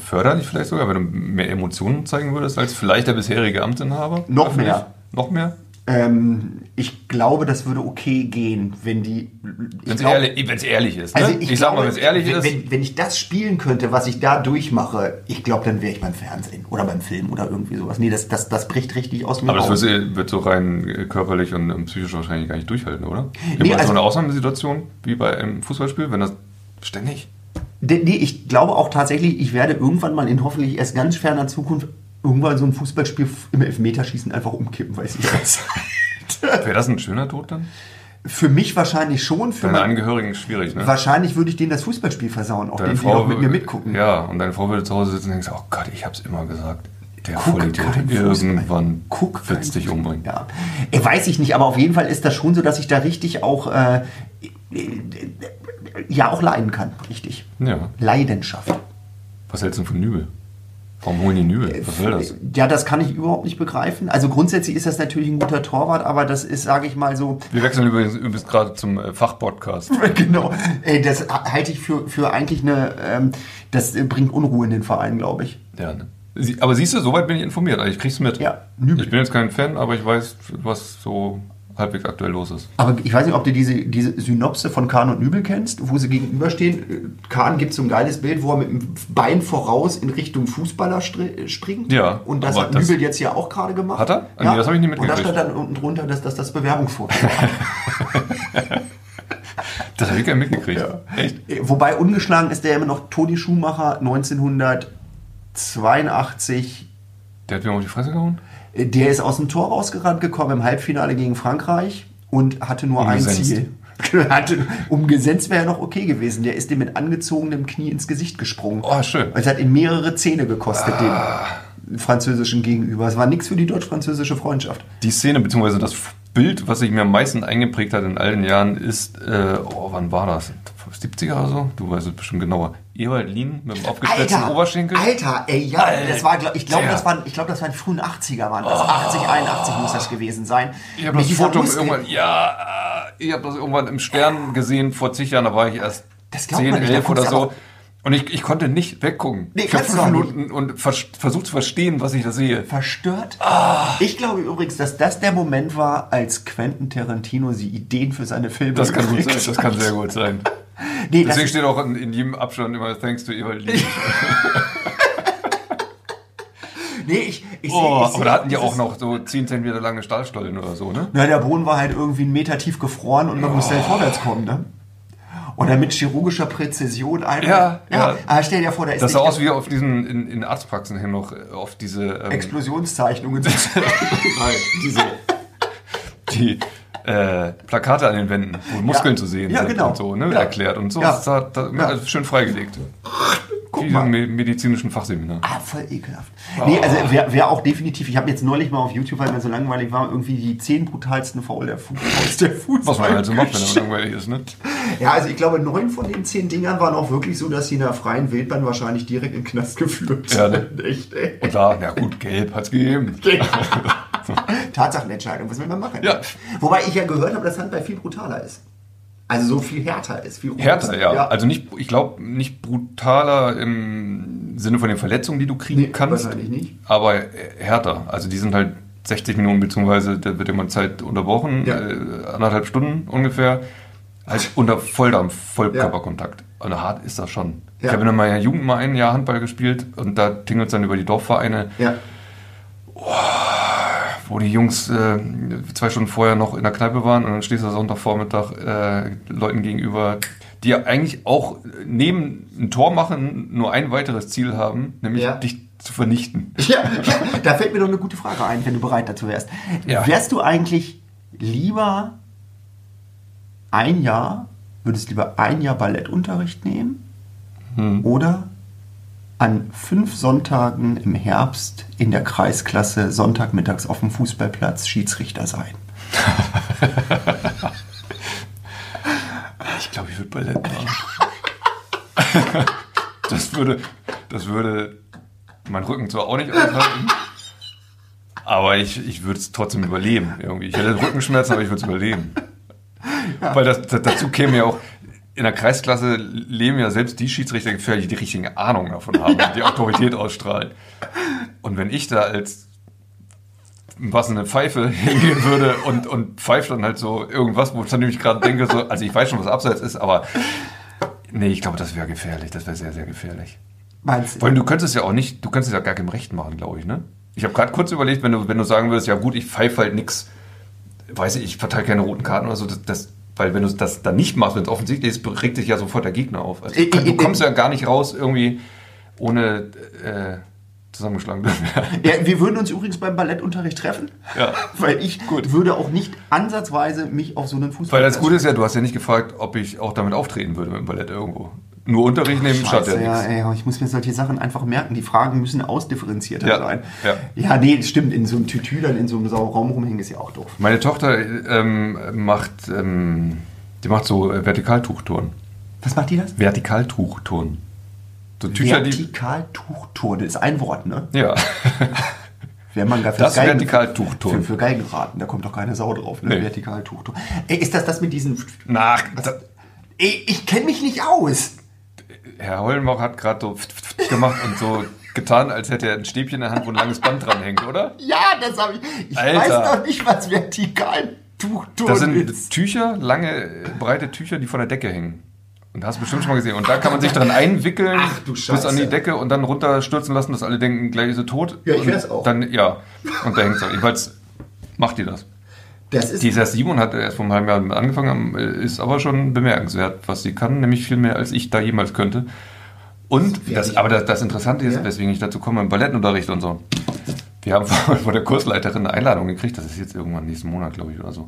Speaker 2: förderlich vielleicht sogar, wenn du mehr Emotionen zeigen würdest als vielleicht der bisherige Amtsinhaber?
Speaker 4: Noch mehr.
Speaker 2: Noch mehr?
Speaker 4: Ähm, ich glaube, das würde okay gehen, wenn die. Ich
Speaker 2: Wenn es
Speaker 4: glaub- also
Speaker 2: ehrlich, wenn's ehrlich ist. Ne? ich sag mal,
Speaker 4: glaube,
Speaker 2: wenn es ehrlich
Speaker 4: wenn,
Speaker 2: ist.
Speaker 4: Wenn, wenn ich das spielen könnte, was ich da durchmache, ich glaube, dann wäre ich beim Fernsehen oder beim Film oder irgendwie sowas. Nee, das, das, das bricht richtig aus mir
Speaker 2: aber das
Speaker 4: raus.
Speaker 2: wird, wird so rein äh, körperlich und ähm, psychisch wahrscheinlich gar nicht durchhalten, oder?
Speaker 4: Nee,
Speaker 2: Nee, also,
Speaker 4: also-
Speaker 2: so eine Ausnahmesituation wie bei einem Fußballspiel, wenn das ständig.
Speaker 4: Nee, nee, ich glaube auch tatsächlich, ich werde irgendwann mal in hoffentlich erst ganz ferner Zukunft irgendwann so ein Fußballspiel f- im Elfmeterschießen einfach umkippen, weiß ich was.
Speaker 2: Wäre das ein schöner Tod dann?
Speaker 4: Für mich wahrscheinlich schon. Für
Speaker 2: Deine
Speaker 4: mein,
Speaker 2: Angehörigen ist schwierig, ne?
Speaker 4: wahrscheinlich würde ich denen das Fußballspiel versauen, auch
Speaker 2: Deine
Speaker 4: den, die noch mit
Speaker 2: wür-
Speaker 4: mir mitgucken.
Speaker 2: Ja, und deine Frau würde zu Hause sitzen und denkt, oh Gott, ich hab's immer gesagt. Der
Speaker 4: Guck
Speaker 2: Vollidiot,
Speaker 4: keinen Fußball.
Speaker 2: irgendwann
Speaker 4: Guck
Speaker 2: wird's
Speaker 4: keinen
Speaker 2: dich umbringen.
Speaker 4: Ja, Äh, weiß ich nicht, aber auf jeden Fall ist das schon so, dass ich da richtig auch, äh, äh, ja, auch leiden kann, richtig.
Speaker 2: Ja.
Speaker 4: Leidenschaft.
Speaker 2: Was hältst du denn von Nübel? Warum holen die Nübel? Was soll das?
Speaker 4: Ja, Ne, das kann ich überhaupt nicht begreifen. Also grundsätzlich ist das natürlich ein guter Torwart, aber das ist, sage ich mal so,
Speaker 2: Wir wechseln übrigens, übrigens gerade zum äh, Fachpodcast.
Speaker 4: genau, Ey, das halte ich für, für eigentlich eine, ähm, das äh, bringt Unruhe in den Verein, glaube ich.
Speaker 2: Ja, ne? Sie- Aber siehst du, soweit bin ich informiert. Also ich krieg's mit.
Speaker 4: Ja, Nübel.
Speaker 2: ich bin jetzt kein Fan, aber ich weiß, was so halbwegs aktuell los ist.
Speaker 4: Aber ich weiß nicht, ob du diese, diese Synopse von Kahn und Nübel kennst, wo sie gegenüberstehen. Äh, Kahn gibt so ein geiles Bild, wo er mit dem Bein voraus in Richtung Fußballer stri- springt.
Speaker 2: Ja,
Speaker 4: Und das
Speaker 2: aber
Speaker 4: hat
Speaker 2: das-
Speaker 4: Nübel jetzt ja auch gerade gemacht.
Speaker 2: Hat er? Ah, nee,
Speaker 4: Ja.
Speaker 2: das hab ich nicht
Speaker 4: Und da
Speaker 2: mitgekriegt.
Speaker 4: stand dann unten drunter, dass das das Bewerbungsfoto war.
Speaker 2: Das habe ich gar nicht mitgekriegt. Echt?
Speaker 4: Wobei ungeschlagen ist der immer noch Toni Schumacher 1982.
Speaker 2: Der hat mir auf die Fresse gehauen?
Speaker 4: Der ist aus dem Tor rausgerannt gekommen im Halbfinale gegen Frankreich und hatte nur
Speaker 2: Umgesetzt.
Speaker 4: ein Ziel. hatte, umgesetzt wäre ja noch okay gewesen. Der ist dem mit angezogenem Knie ins Gesicht gesprungen.
Speaker 2: Oh, schön.
Speaker 4: Es hat ihn mehrere Zähne gekostet, dem französischen Gegenüber. Es war nichts für die deutsch-französische Freundschaft.
Speaker 2: Die Szene, beziehungsweise das Bild, was sich mir am meisten eingeprägt hat in all den Jahren, ist, äh, oh, wann war das? 70er oder so? Du weißt es bestimmt genauer. Ewald Lien mit dem aufgeschlitzten Oberschenkel.
Speaker 4: Alter, ey, ja, das war, glaub- ich glaube,
Speaker 2: Alter. Oh.
Speaker 4: das waren, ich glaube, das waren die frühen 80er waren das. 80, 81 muss das gewesen sein.
Speaker 2: Ich habe
Speaker 4: Mit
Speaker 2: das
Speaker 4: dieser
Speaker 2: Foto
Speaker 4: Muskel-
Speaker 2: irgendwann, ja, äh, ich habe das irgendwann im Stern gesehen vor zig Jahren, da war ich erst
Speaker 4: Das glaubt
Speaker 2: 10,
Speaker 4: man nicht, da
Speaker 2: 11 oder
Speaker 4: guckst du
Speaker 2: so.
Speaker 4: aber-
Speaker 2: Und ich, ich konnte nicht weggucken.
Speaker 4: Nee,
Speaker 2: ich habe
Speaker 4: kannst du
Speaker 2: fünf
Speaker 4: auch nicht.
Speaker 2: Minuten und vers versucht zu verstehen, was ich da sehe.
Speaker 4: verstört.
Speaker 2: Ah.
Speaker 4: Ich glaube übrigens, dass das der Moment war, als Quentin Tarantino sie Ideen für seine Filme
Speaker 2: Das kann gut
Speaker 4: gekriegt
Speaker 2: sein, das kann sehr gut sein.
Speaker 4: hat. Nee, das
Speaker 2: Deswegen
Speaker 4: ist,
Speaker 2: steht auch in, in jedem Abstand immer Thanks to Ewald Lien.
Speaker 4: nee, ich, ich
Speaker 2: Oh,
Speaker 4: seh-
Speaker 2: aber
Speaker 4: ich
Speaker 2: da
Speaker 4: seh-
Speaker 2: hatten die auch
Speaker 4: dieses-
Speaker 2: noch so 10 cm lange Stahlstollen oder so, ne?
Speaker 4: Na, der Boden war halt irgendwie einen Meter tief gefroren und man musste
Speaker 2: Oh.
Speaker 4: halt vorwärts kommen, ne? Oder mit chirurgischer Präzision ein.
Speaker 2: Ja,
Speaker 4: ja.
Speaker 2: ja.
Speaker 4: Aber stell dir vor, da ist
Speaker 2: Das sah
Speaker 4: nicht-
Speaker 2: aus wie auf diesen, in, in Arztpraxen hin noch, äh, auf diese... Ähm,
Speaker 4: Explosionszeichnungen.
Speaker 2: Nein, diese... Die äh, Plakate an den Wänden, wo Muskeln zu sehen
Speaker 4: Ja,
Speaker 2: sind
Speaker 4: genau.
Speaker 2: und so, ne?
Speaker 4: Ja.
Speaker 2: Erklärt und so.
Speaker 4: Ja.
Speaker 2: Das hat das,
Speaker 4: Ja.
Speaker 2: also schön freigelegt. Guck
Speaker 4: mal.
Speaker 2: medizinischen Fachseminar.
Speaker 4: Ah, voll ekelhaft. Nee, also
Speaker 2: Oh.
Speaker 4: wer, wer auch definitiv, ich habe jetzt neulich mal auf YouTube, weil mir so langweilig war, irgendwie die zehn brutalsten Foul der Fußball. Der Fußball
Speaker 2: Was man halt so macht, wenn man langweilig ist, ne?
Speaker 4: Ja, also ich glaube, neun von den zehn Dingern waren auch wirklich so, dass sie in der freien Wildbahn wahrscheinlich direkt in den Knast geführt
Speaker 2: Ja, ne?
Speaker 4: sind. Echt, ey.
Speaker 2: Und da, na gut, gelb hat's gegeben.
Speaker 4: Tatsachenentscheidung, was will man machen?
Speaker 2: Ja.
Speaker 4: Wobei ich ja gehört habe, dass Handball viel brutaler ist. Also so viel härter ist. Viel
Speaker 2: Härter,
Speaker 4: robuster.
Speaker 2: ja. Also nicht, ich glaube, nicht brutaler im Sinne von den Verletzungen, die du kriegen
Speaker 4: Nee,
Speaker 2: kannst.
Speaker 4: wahrscheinlich nicht.
Speaker 2: Aber äh, härter. Also die sind halt 60 Minuten, beziehungsweise da wird immer Zeit unterbrochen,
Speaker 4: Ja.
Speaker 2: äh, anderthalb Stunden ungefähr. Halt unter Volldampf, Vollkörperkontakt. Und hart ist das schon.
Speaker 4: Ja.
Speaker 2: Ich habe in meiner Jugend mal ein Jahr Handball gespielt und da tingelt es dann über die Dorfvereine,
Speaker 4: ja.
Speaker 2: wo die Jungs äh, zwei Stunden vorher noch in der Kneipe waren und dann stehst du Sonntagvormittag äh, Leuten gegenüber, die ja eigentlich auch neben ein Tor machen nur ein weiteres Ziel haben, nämlich
Speaker 4: Ja.
Speaker 2: dich zu vernichten.
Speaker 4: Ja, ja, da fällt mir doch eine gute Frage ein, wenn du bereit dazu wärst.
Speaker 2: Ja.
Speaker 4: Wärst du eigentlich lieber ein Jahr, würdest lieber ein Jahr Ballettunterricht nehmen
Speaker 2: Hm.
Speaker 4: oder an fünf Sonntagen im Herbst in der Kreisklasse Sonntagmittags auf dem Fußballplatz Schiedsrichter sein?
Speaker 2: Ich glaube, ich würde Ballett machen. das würde, das würde mein Rücken zwar auch nicht aushalten, aber ich, ich würde es trotzdem überleben. Irgendwie. Ich hätte Rückenschmerzen, aber ich würde es überleben. Weil das, das, dazu käme ja auch, in der Kreisklasse leben ja selbst die Schiedsrichter gefährlich, die die richtige Ahnung davon haben, und die Autorität ausstrahlen. Und wenn ich da als was eine Pfeife hingehen würde und, und pfeift dann halt so irgendwas, wo ich dann nämlich gerade denke, so, also ich weiß schon, was abseits ist, aber nee, ich glaube, das wäre gefährlich. Das wäre sehr, sehr gefährlich.
Speaker 4: Meinst
Speaker 2: Vor allem, du könntest es ja auch nicht, du könntest es ja gar keinem Recht machen, glaube ich, ne? Ich habe gerade kurz überlegt, wenn du, wenn du sagen würdest, ja gut, ich pfeife halt nix, weiß ich, ich verteile keine roten Karten oder so, das, das, weil wenn du das dann nicht machst, wenn es offensichtlich ist, regt dich ja sofort der Gegner auf. Also,
Speaker 4: Ich- ich-
Speaker 2: du
Speaker 4: ich-
Speaker 2: kommst ja gar nicht raus irgendwie ohne äh, zusammengeschlagen zu werden.
Speaker 4: Ja, wir würden uns übrigens beim Ballettunterricht treffen,
Speaker 2: ja.
Speaker 4: weil ich
Speaker 2: Gut.
Speaker 4: würde auch nicht ansatzweise mich auf so einen Fußball.
Speaker 2: Weil das Gute ist ja, du hast ja nicht gefragt, ob ich auch damit auftreten würde mit dem Ballett irgendwo. Nur Unterricht nehmen schadet ja
Speaker 4: Scheiße, ja,
Speaker 2: nichts.
Speaker 4: ey, ich muss mir solche Sachen einfach merken. Die Fragen müssen ausdifferenzierter
Speaker 2: Ja,
Speaker 4: sein.
Speaker 2: ja.
Speaker 4: ja, nee, stimmt. In so einem Tütü dann in so einem sauren Raum rumhängen ist ja auch doof.
Speaker 2: Meine Tochter ähm, macht, ähm, die macht so äh, Vertikaltuchturnen.
Speaker 4: Was macht die das?
Speaker 2: Vertikaltuchturnen. So Tücher, die.
Speaker 4: Vertikaltuchturne ist ein Wort, ne?
Speaker 2: Ja.
Speaker 4: Wäre man gar
Speaker 2: Das
Speaker 4: fürs Geigen-
Speaker 2: Vertikaltuchturn.
Speaker 4: Für, für Geigenraten, da kommt doch keine Sau drauf, ne?
Speaker 2: Nee.
Speaker 4: Vertikaltuchturn. Ey, ist das das mit diesen...
Speaker 2: Nach.
Speaker 4: Ey, ich kenne mich nicht aus.
Speaker 2: Herr Hollenbach hat gerade so gemacht und so getan, als hätte er ein Stäbchen in der Hand, wo ein langes Band dran hängt, oder?
Speaker 4: Ja, das habe ich... Ich
Speaker 2: Alter.
Speaker 4: weiß noch nicht, was Vertikaltuchturn
Speaker 2: Das sind
Speaker 4: ist.
Speaker 2: Tücher, lange, äh, breite Tücher, die von der Decke hängen. Und hast du bestimmt schon mal gesehen. Und da kann man sich dran einwickeln,
Speaker 5: Ach, du
Speaker 2: bis
Speaker 5: Scheiße.
Speaker 2: an die Decke und dann runterstürzen lassen, dass alle denken, gleich ist sie tot.
Speaker 5: Ja, ich
Speaker 2: Und
Speaker 5: wär's auch.
Speaker 2: Dann, ja. Und da hängt sie. Jedenfalls macht die das.
Speaker 5: Das ist
Speaker 2: Die ist erst sieben und hat erst vor einem halben Jahr mit angefangen, äh, ist aber schon bemerkenswert, was sie kann, nämlich viel mehr, als ich da jemals könnte. Und,
Speaker 5: wäre
Speaker 2: das,
Speaker 5: ich-
Speaker 2: aber das, das Interessante ist,
Speaker 5: Ja.
Speaker 2: weswegen ich dazu komme, im Ballettunterricht und so. Wir haben von von der Kursleiterin eine Einladung gekriegt, das ist jetzt irgendwann nächsten Monat, glaube ich, oder so.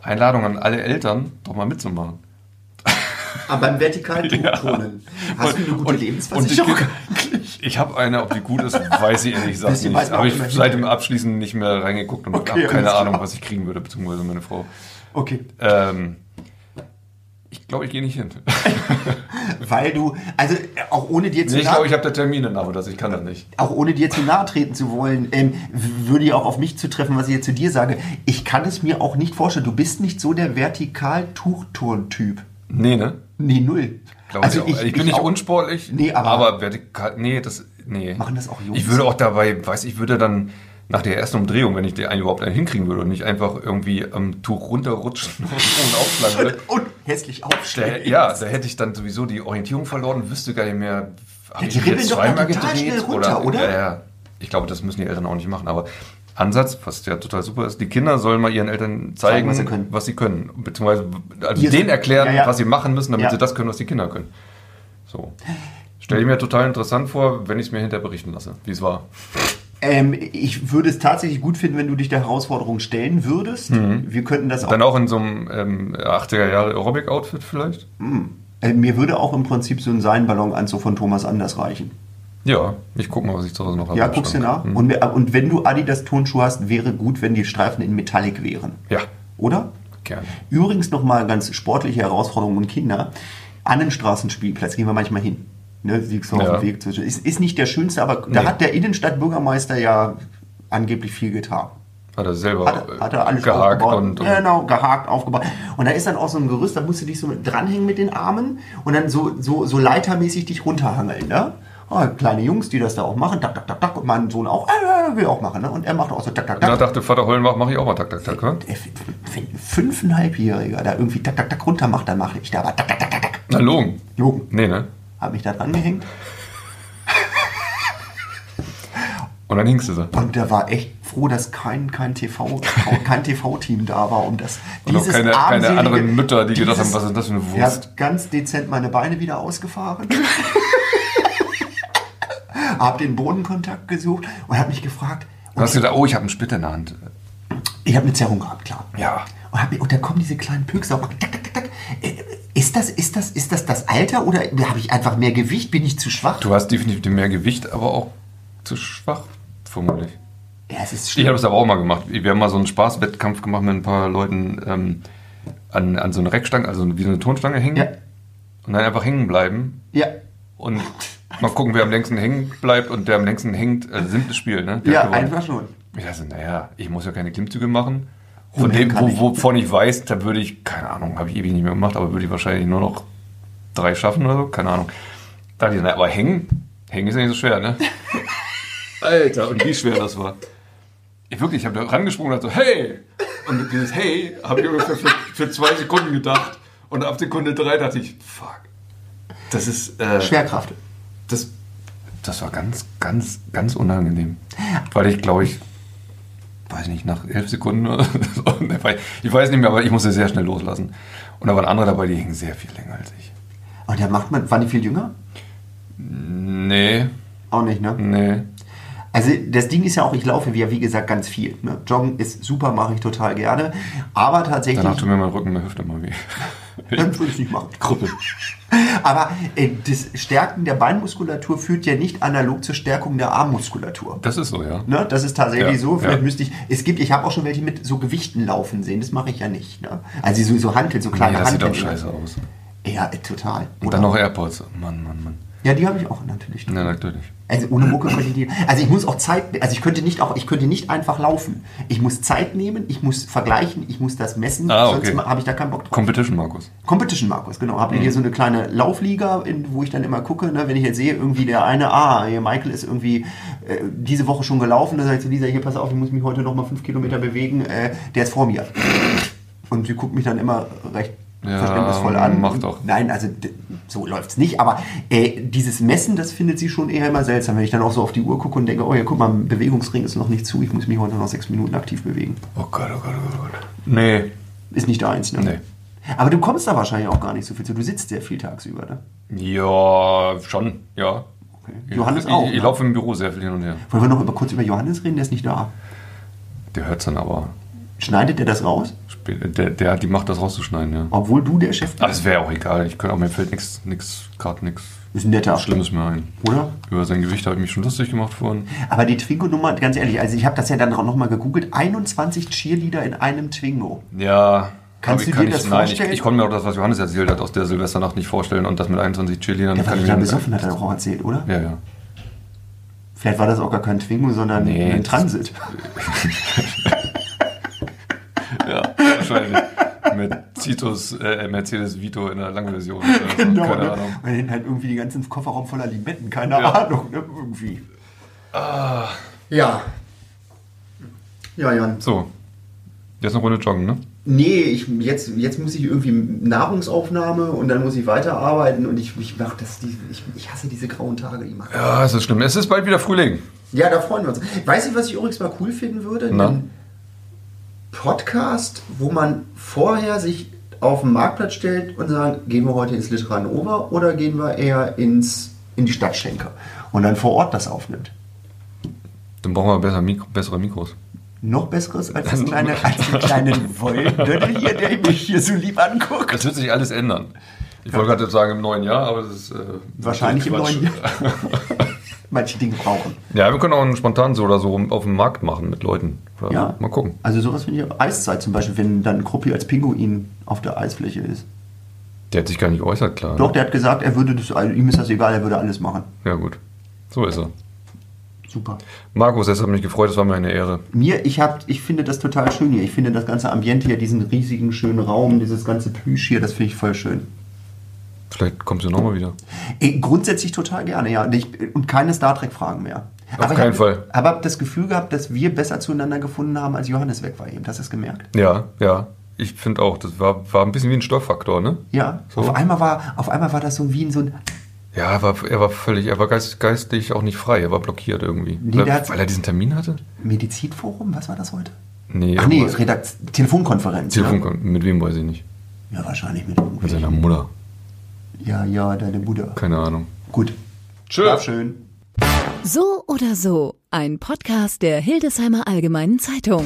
Speaker 2: Einladung an alle Eltern, doch mal mitzumachen.
Speaker 5: aber beim Vertikaltuchtonen. Hast du eine gute Lebensversicherung?
Speaker 2: Ich, ich habe eine, ob die gut ist, weiß ich ehrlich gesagt
Speaker 4: Das
Speaker 2: nicht.
Speaker 4: weiß man
Speaker 2: Aber
Speaker 4: auch
Speaker 2: ich
Speaker 4: immer nicht.
Speaker 2: seit dem Abschließen nicht mehr reingeguckt und
Speaker 4: Okay,
Speaker 2: habe keine
Speaker 4: alles klar.
Speaker 2: Ahnung, was ich kriegen würde, beziehungsweise meine Frau.
Speaker 4: Okay,
Speaker 2: Ähm, ich glaube, ich gehe nicht hin.
Speaker 4: weil du... Also, auch ohne dir zu
Speaker 2: Nee, ich
Speaker 4: nahe-
Speaker 2: glaube, ich habe da Termine, aber das, ich kann das nicht.
Speaker 4: auch ohne dir zu nahe treten zu wollen, ähm, w- würde ja auch auf mich zutreffen, was ich jetzt zu dir sage. Ich kann es mir auch nicht vorstellen. Du bist nicht so der Vertikaltuchturn-Typ.
Speaker 2: Nee, ne?
Speaker 4: Nee, null. Also
Speaker 2: Glaube ich, auch. ich, bin nicht
Speaker 4: auch-
Speaker 2: unsportlich.
Speaker 4: Nee, aber-
Speaker 2: vertikal, nee, das, nee.
Speaker 4: Machen das auch Jungs?
Speaker 2: Ich würde auch dabei, weiß ich, würde dann nach der ersten Umdrehung, wenn ich den einen überhaupt einen hinkriegen würde und nicht einfach irgendwie am Tuch runterrutschen und aufschlagen würde.
Speaker 4: Und hässlich
Speaker 2: Da,
Speaker 4: aufstellen.
Speaker 2: Äh, ja, da hätte ich dann sowieso die Orientierung verloren, und wüsste gar nicht mehr, habe
Speaker 4: Ja, die ribbeln doch mal total schnell runter, oder?
Speaker 2: Ja, ja. Ich glaube, das müssen die Eltern auch nicht machen, aber Ansatz, was ja total super ist, die Kinder sollen mal ihren Eltern zeigen,
Speaker 4: was sie können.
Speaker 2: was sie können. Beziehungsweise also
Speaker 4: Hier-
Speaker 2: denen erklären,
Speaker 4: Ja, ja.
Speaker 2: was sie machen müssen, damit
Speaker 4: Ja.
Speaker 2: sie das können, was die Kinder können. So. Stelle ich mir total interessant vor, wenn ich es mir hinterher berichten lasse, wie es war.
Speaker 4: Ähm, ich würde es tatsächlich gut finden, wenn du dich der Herausforderung stellen würdest. Wir könnten das auch.
Speaker 2: Mhm. Dann auch in so einem ähm, 80er Jahre Aerobic-Outfit vielleicht?
Speaker 4: Äh, mir würde auch im Prinzip so ein Seinballonanzug von Thomas Anders reichen.
Speaker 2: Ja, ich guck mal, was ich zu Hause noch habe.
Speaker 4: Ja,
Speaker 2: im
Speaker 4: guckst du
Speaker 2: Schrank.
Speaker 4: nach. Und, wir- und wenn du Adidas Turnschuhe hast, wäre gut, wenn die Streifen in Metallic wären.
Speaker 2: Ja,
Speaker 4: Oder?
Speaker 2: gerne.
Speaker 4: Übrigens nochmal ganz sportliche Herausforderungen und Kinder. An einem Straßenspielplatz gehen wir manchmal hin. Ne, siehst du auf
Speaker 2: Ja.
Speaker 4: dem Weg zwischen. Ist, ist nicht der schönste, aber da
Speaker 2: Nee.
Speaker 4: hat der Innenstadtbürgermeister ja angeblich viel getan.
Speaker 2: Hat er selber
Speaker 4: Hat, er- hat er alles
Speaker 2: Äh, gehakt
Speaker 4: aufgebaut.
Speaker 2: und, und
Speaker 4: genau, gehakt, aufgebaut. Und da ist dann auch so ein Gerüst, da musst du dich so mit dranhängen mit den Armen und dann so, so, so leitermäßig dich runterhangeln. Ne? Ah, kleine Jungs, die das da auch machen, tak, tak, tak, tak. Und mein Sohn auch, äh, will auch machen. Ne? Und er macht auch so, tak, tak, tak.
Speaker 2: da dachte Vater Hollenbach, mache ich auch mal tak tak tak. wa?
Speaker 4: Wenn ein Fünfeinhalbjähriger da irgendwie tak, tak, tak runter macht, dann mache ich da aber tak, tak, tak, tak, tak.
Speaker 2: Na logen.
Speaker 4: Logen.
Speaker 2: Nee, ne?
Speaker 4: Hab mich da dran gehängt
Speaker 2: Und dann hingst du so.
Speaker 4: und da war echt froh, dass kein, kein TV, kein TV-Team da war, um das
Speaker 2: Und auch keine, keine
Speaker 4: armselige-
Speaker 2: anderen Mütter, die gedacht haben,
Speaker 4: dieses-
Speaker 2: was ist das für eine
Speaker 4: Er
Speaker 2: Wurst?
Speaker 4: hat ganz dezent meine Beine wieder ausgefahren. hab den Bodenkontakt gesucht und hab mich gefragt,
Speaker 2: Du hast gedacht, oh, ich habe einen Spit in der Hand.
Speaker 4: Ich habe eine Zerrung gehabt, klar.
Speaker 2: Ja.
Speaker 4: Und, hab, und da kommen diese kleinen Pökser. und tack, tack, tack, tack. Äh, Ist das, ist das, ist das das Alter oder habe ich einfach mehr Gewicht? Bin ich zu schwach?
Speaker 2: Du hast definitiv mehr Gewicht, aber auch zu schwach, vermutlich.
Speaker 4: ja, es ist
Speaker 2: Ich
Speaker 4: schlimm.
Speaker 2: habe es aber auch mal gemacht. Wir haben mal so einen Spaßwettkampf gemacht mit ein paar Leuten ähm, an, an so eine Reckstange, also wie so eine Tonstange hängen.
Speaker 4: Ja.
Speaker 2: Und dann einfach hängen bleiben.
Speaker 4: Ja.
Speaker 2: Und mal gucken, wer am längsten hängen bleibt und der am längsten hängt. Also simples Spiel, ne? Der hat
Speaker 4: Ja,
Speaker 2: gewonnen.
Speaker 4: einfach schon.
Speaker 2: Ich dachte, naja, ich muss ja keine Klimmzüge machen. Von
Speaker 4: Rumhängen
Speaker 2: dem,
Speaker 4: kann
Speaker 2: wo,
Speaker 4: ich.
Speaker 2: wovon ich weiß, da würde ich, keine Ahnung, habe ich ewig nicht mehr gemacht, aber würde ich wahrscheinlich nur noch drei schaffen oder so, keine Ahnung. Da dachte ich, na, aber hängen, hängen ist ja nicht so schwer, ne? Alter, und wie schwer das war. Ich wirklich, ich habe da rangesprungen und dachte so, hey! Und dieses Hey habe ich ungefähr für, für zwei Sekunden gedacht. Und ab Sekunde drei dachte ich, fuck, das ist. Äh,
Speaker 4: Schwerkraft.
Speaker 2: das, das war ganz, ganz, ganz unangenehm. Weil ich glaube ich, weiß nicht, nach elf Sekunden oder so, ne, weil- ich weiß nicht mehr, aber ich musste sehr schnell loslassen. Und da waren andere dabei, die hingen sehr viel länger als ich.
Speaker 4: Und da macht man, waren die viel jünger?
Speaker 2: Nee,
Speaker 4: Auch nicht, ne?
Speaker 2: nee.
Speaker 4: Also das Ding ist ja auch, ich laufe ja wie gesagt ganz viel. Ne? Joggen ist super, mache ich total gerne. Aber tatsächlich,
Speaker 2: Danach tut mir mein Rücken, meine Hüfte mal weh.
Speaker 4: dann würde ich nicht machen.
Speaker 2: Krüppel.
Speaker 4: Aber äh, das Stärken der Beinmuskulatur führt ja nicht analog zur Stärkung der Armmuskulatur.
Speaker 2: Das ist so, ja.
Speaker 4: Ne, das ist tatsächlich
Speaker 2: Ja,
Speaker 4: so. Vielleicht
Speaker 2: ja.
Speaker 4: müsste ich. Es gibt, ich habe auch schon welche mit so Gewichten laufen sehen. Das mache ich ja nicht. Ne? Also so, so Hantel, so
Speaker 2: Nee,
Speaker 4: kleine
Speaker 2: das sieht
Speaker 4: Hantel.
Speaker 2: auch scheiße aus.
Speaker 4: Ja, äh, total.
Speaker 2: Und
Speaker 4: Oder?
Speaker 2: dann noch AirPods. Mann, Mann, Mann.
Speaker 4: Ja, die habe ich auch natürlich.
Speaker 2: Na, natürlich.
Speaker 4: Also ohne Mucke könnte ich die. Also ich muss auch Zeit. Also ich könnte nicht auch. Ich könnte nicht einfach laufen. Ich muss Zeit nehmen. Ich muss vergleichen. Ich muss das messen.
Speaker 2: Ah, okay.
Speaker 4: Sonst ma- habe ich da keinen Bock drauf.
Speaker 2: Competition, Markus.
Speaker 4: Competition Markus, genau. Habt ihr
Speaker 2: Mhm.
Speaker 4: hier so eine kleine Laufliga, in, wo ich dann immer gucke, ne, wenn ich jetzt sehe, irgendwie der eine, ah, hier Michael ist irgendwie äh, diese Woche schon gelaufen, dann sage ich zu Lisa, hier pass auf, ich muss mich heute nochmal fünf Kilometer bewegen, äh, der ist vor mir. Und sie guckt mich dann immer recht
Speaker 2: Ja,
Speaker 4: verständnisvoll an.
Speaker 2: mach
Speaker 4: Und-
Speaker 2: doch.
Speaker 4: Nein, also d- so läuft's nicht, aber äh, dieses Messen, das findet sie schon eher immer seltsam, wenn ich dann auch so auf die Uhr gucke und denke, oh ja, guck mal, Bewegungsring ist noch nicht zu, ich muss mich heute noch sechs Minuten aktiv bewegen.
Speaker 2: Oh Gott, oh Gott, oh Gott. Nee.
Speaker 4: Ist nicht deins, ne?
Speaker 2: Nee.
Speaker 4: Aber du kommst da wahrscheinlich auch gar nicht so viel zu. Du sitzt sehr viel tagsüber, ne?
Speaker 2: Ja, schon, ja. Ich-
Speaker 4: Johannes
Speaker 2: ich,
Speaker 4: auch,
Speaker 2: Ich,
Speaker 4: ne?
Speaker 2: laufe im Büro sehr viel hin und her.
Speaker 4: Wollen wir noch über, kurz über Johannes reden? Der ist nicht da.
Speaker 2: Der hört dann aber.
Speaker 4: Schneidet er das raus?
Speaker 2: Spä- Der, der hat die Macht, das rauszuschneiden, ja.
Speaker 4: Obwohl du der Chef
Speaker 2: Aber
Speaker 4: bist.
Speaker 2: das wäre auch egal. Ich könnte auch mir fällt nichts, nichts, gerade nichts
Speaker 4: Ist ein netter
Speaker 2: Schlimmes mehr ein.
Speaker 4: Oder?
Speaker 2: Über sein Gewicht habe ich mich schon lustig gemacht vorhin.
Speaker 4: Aber die Twingo-Nummer, ganz ehrlich, also ich habe das ja dann auch nochmal gegoogelt. 21 Cheerleader in einem Twingo.
Speaker 2: Ja.
Speaker 4: Kannst
Speaker 2: hab ich-
Speaker 4: du dir das
Speaker 2: nein,
Speaker 4: vorstellen?
Speaker 2: Ich, ich konnte mir auch das, was Johannes erzählt hat, aus der Silvesternacht nicht vorstellen und das mit 21 Chili.
Speaker 4: Der war total besoffen, hat er doch auch erzählt, oder?
Speaker 2: Ja, ja.
Speaker 4: Vielleicht war das auch gar kein Twingo, sondern
Speaker 2: Nee,
Speaker 4: ein
Speaker 2: das-
Speaker 4: Transit.
Speaker 2: Ja, wahrscheinlich. Mit Citus, äh, Mercedes Vito in der Langversion. oder so. Keine
Speaker 4: ne?
Speaker 2: Ahnung.
Speaker 4: Und hinten halt irgendwie den ganzen Kofferraum voller Limetten, keine
Speaker 2: Ja. Ah.
Speaker 4: Ahnung, ne? Irgendwie.
Speaker 5: Ja. Ja, Jan.
Speaker 2: So. Jetzt eine Runde joggen, ne?
Speaker 5: Nee, ich, jetzt, jetzt muss ich irgendwie Nahrungsaufnahme und dann muss ich weiterarbeiten und ich, ich mach das, die, ich, ich hasse diese grauen Tage, die machen.
Speaker 2: Ja, es ist schlimm. Es ist bald wieder Frühling.
Speaker 5: Ja, da freuen wir uns. Weißt du, was ich übrigens mal cool finden würde?
Speaker 2: Na?
Speaker 5: Einen Podcast, wo man vorher sich auf den Marktplatz stellt und sagt, gehen wir heute ins Literanova oder gehen wir eher ins, in die Stadtschenke
Speaker 4: Und dann vor Ort das aufnimmt.
Speaker 2: Dann brauchen wir besser Mikro, bessere Mikros.
Speaker 4: Noch besseres als das kleine, als den kleinen Wollnödel hier, der mich hier so lieb anguckt.
Speaker 2: Es wird sich alles ändern. Ich wollte gerade sagen im neuen Jahr, aber das ist. Äh,
Speaker 4: Wahrscheinlich im
Speaker 2: Quatsch.
Speaker 4: neuen Jahr. Manche Dinge brauchen.
Speaker 2: Ja, wir können auch einen spontan so oder so auf dem Markt machen mit Leuten. Oder
Speaker 4: Ja.
Speaker 2: Mal gucken.
Speaker 4: Also sowas finde ich auch. Eiszeit zum Beispiel, wenn dann Kruppi als Pinguin auf der Eisfläche ist.
Speaker 2: Der hat sich gar nicht geäußert, klar. ne?
Speaker 4: Doch, der hat gesagt, er würde das, also ihm ist das egal, er würde alles machen.
Speaker 2: Ja, gut. So ist er.
Speaker 4: Super.
Speaker 2: Markus, es hat mich gefreut, es war mir eine Ehre.
Speaker 4: Mir, ich hab, ich finde das total schön hier. Ich finde das ganze Ambiente hier, diesen riesigen, schönen Raum, dieses ganze Plüsch hier, das finde ich voll schön.
Speaker 2: Vielleicht kommst du nochmal wieder.
Speaker 4: Eh, grundsätzlich total gerne, ja. Und, ich, und keine Star Trek-Fragen mehr.
Speaker 2: Auf
Speaker 4: ich
Speaker 2: keinen
Speaker 4: hab-
Speaker 2: Fall.
Speaker 4: Aber habe das Gefühl gehabt, dass wir besser zueinander gefunden haben, als Johannes weg war eben. Hast du das gemerkt?
Speaker 2: Ja, ja. Ich finde auch, das war, war ein bisschen wie ein Stofffaktor, ne?
Speaker 4: Ja.
Speaker 2: So.
Speaker 4: Auf, einmal war, auf einmal war das so wie in so ein
Speaker 2: Ja, er war, er war völlig, er war geist, geistlich auch nicht frei, er war blockiert irgendwie.
Speaker 4: Nee, der
Speaker 2: weil,
Speaker 4: hat-
Speaker 2: weil er diesen Termin hatte?
Speaker 4: Medizinforum? Was war das heute?
Speaker 2: Nee,
Speaker 4: Ach nee,
Speaker 2: irgendwas.
Speaker 4: Redakt Telefonkonferenz.
Speaker 2: Telefon, mit wem weiß ich nicht.
Speaker 4: Ne? Ja, wahrscheinlich mit
Speaker 2: Mit seiner Mutter.
Speaker 4: Ja, ja, deine Mutter.
Speaker 2: Keine Ahnung.
Speaker 4: Gut.
Speaker 2: Tschö.
Speaker 4: schön.
Speaker 1: So oder so, ein Podcast der Hildesheimer Allgemeinen Zeitung.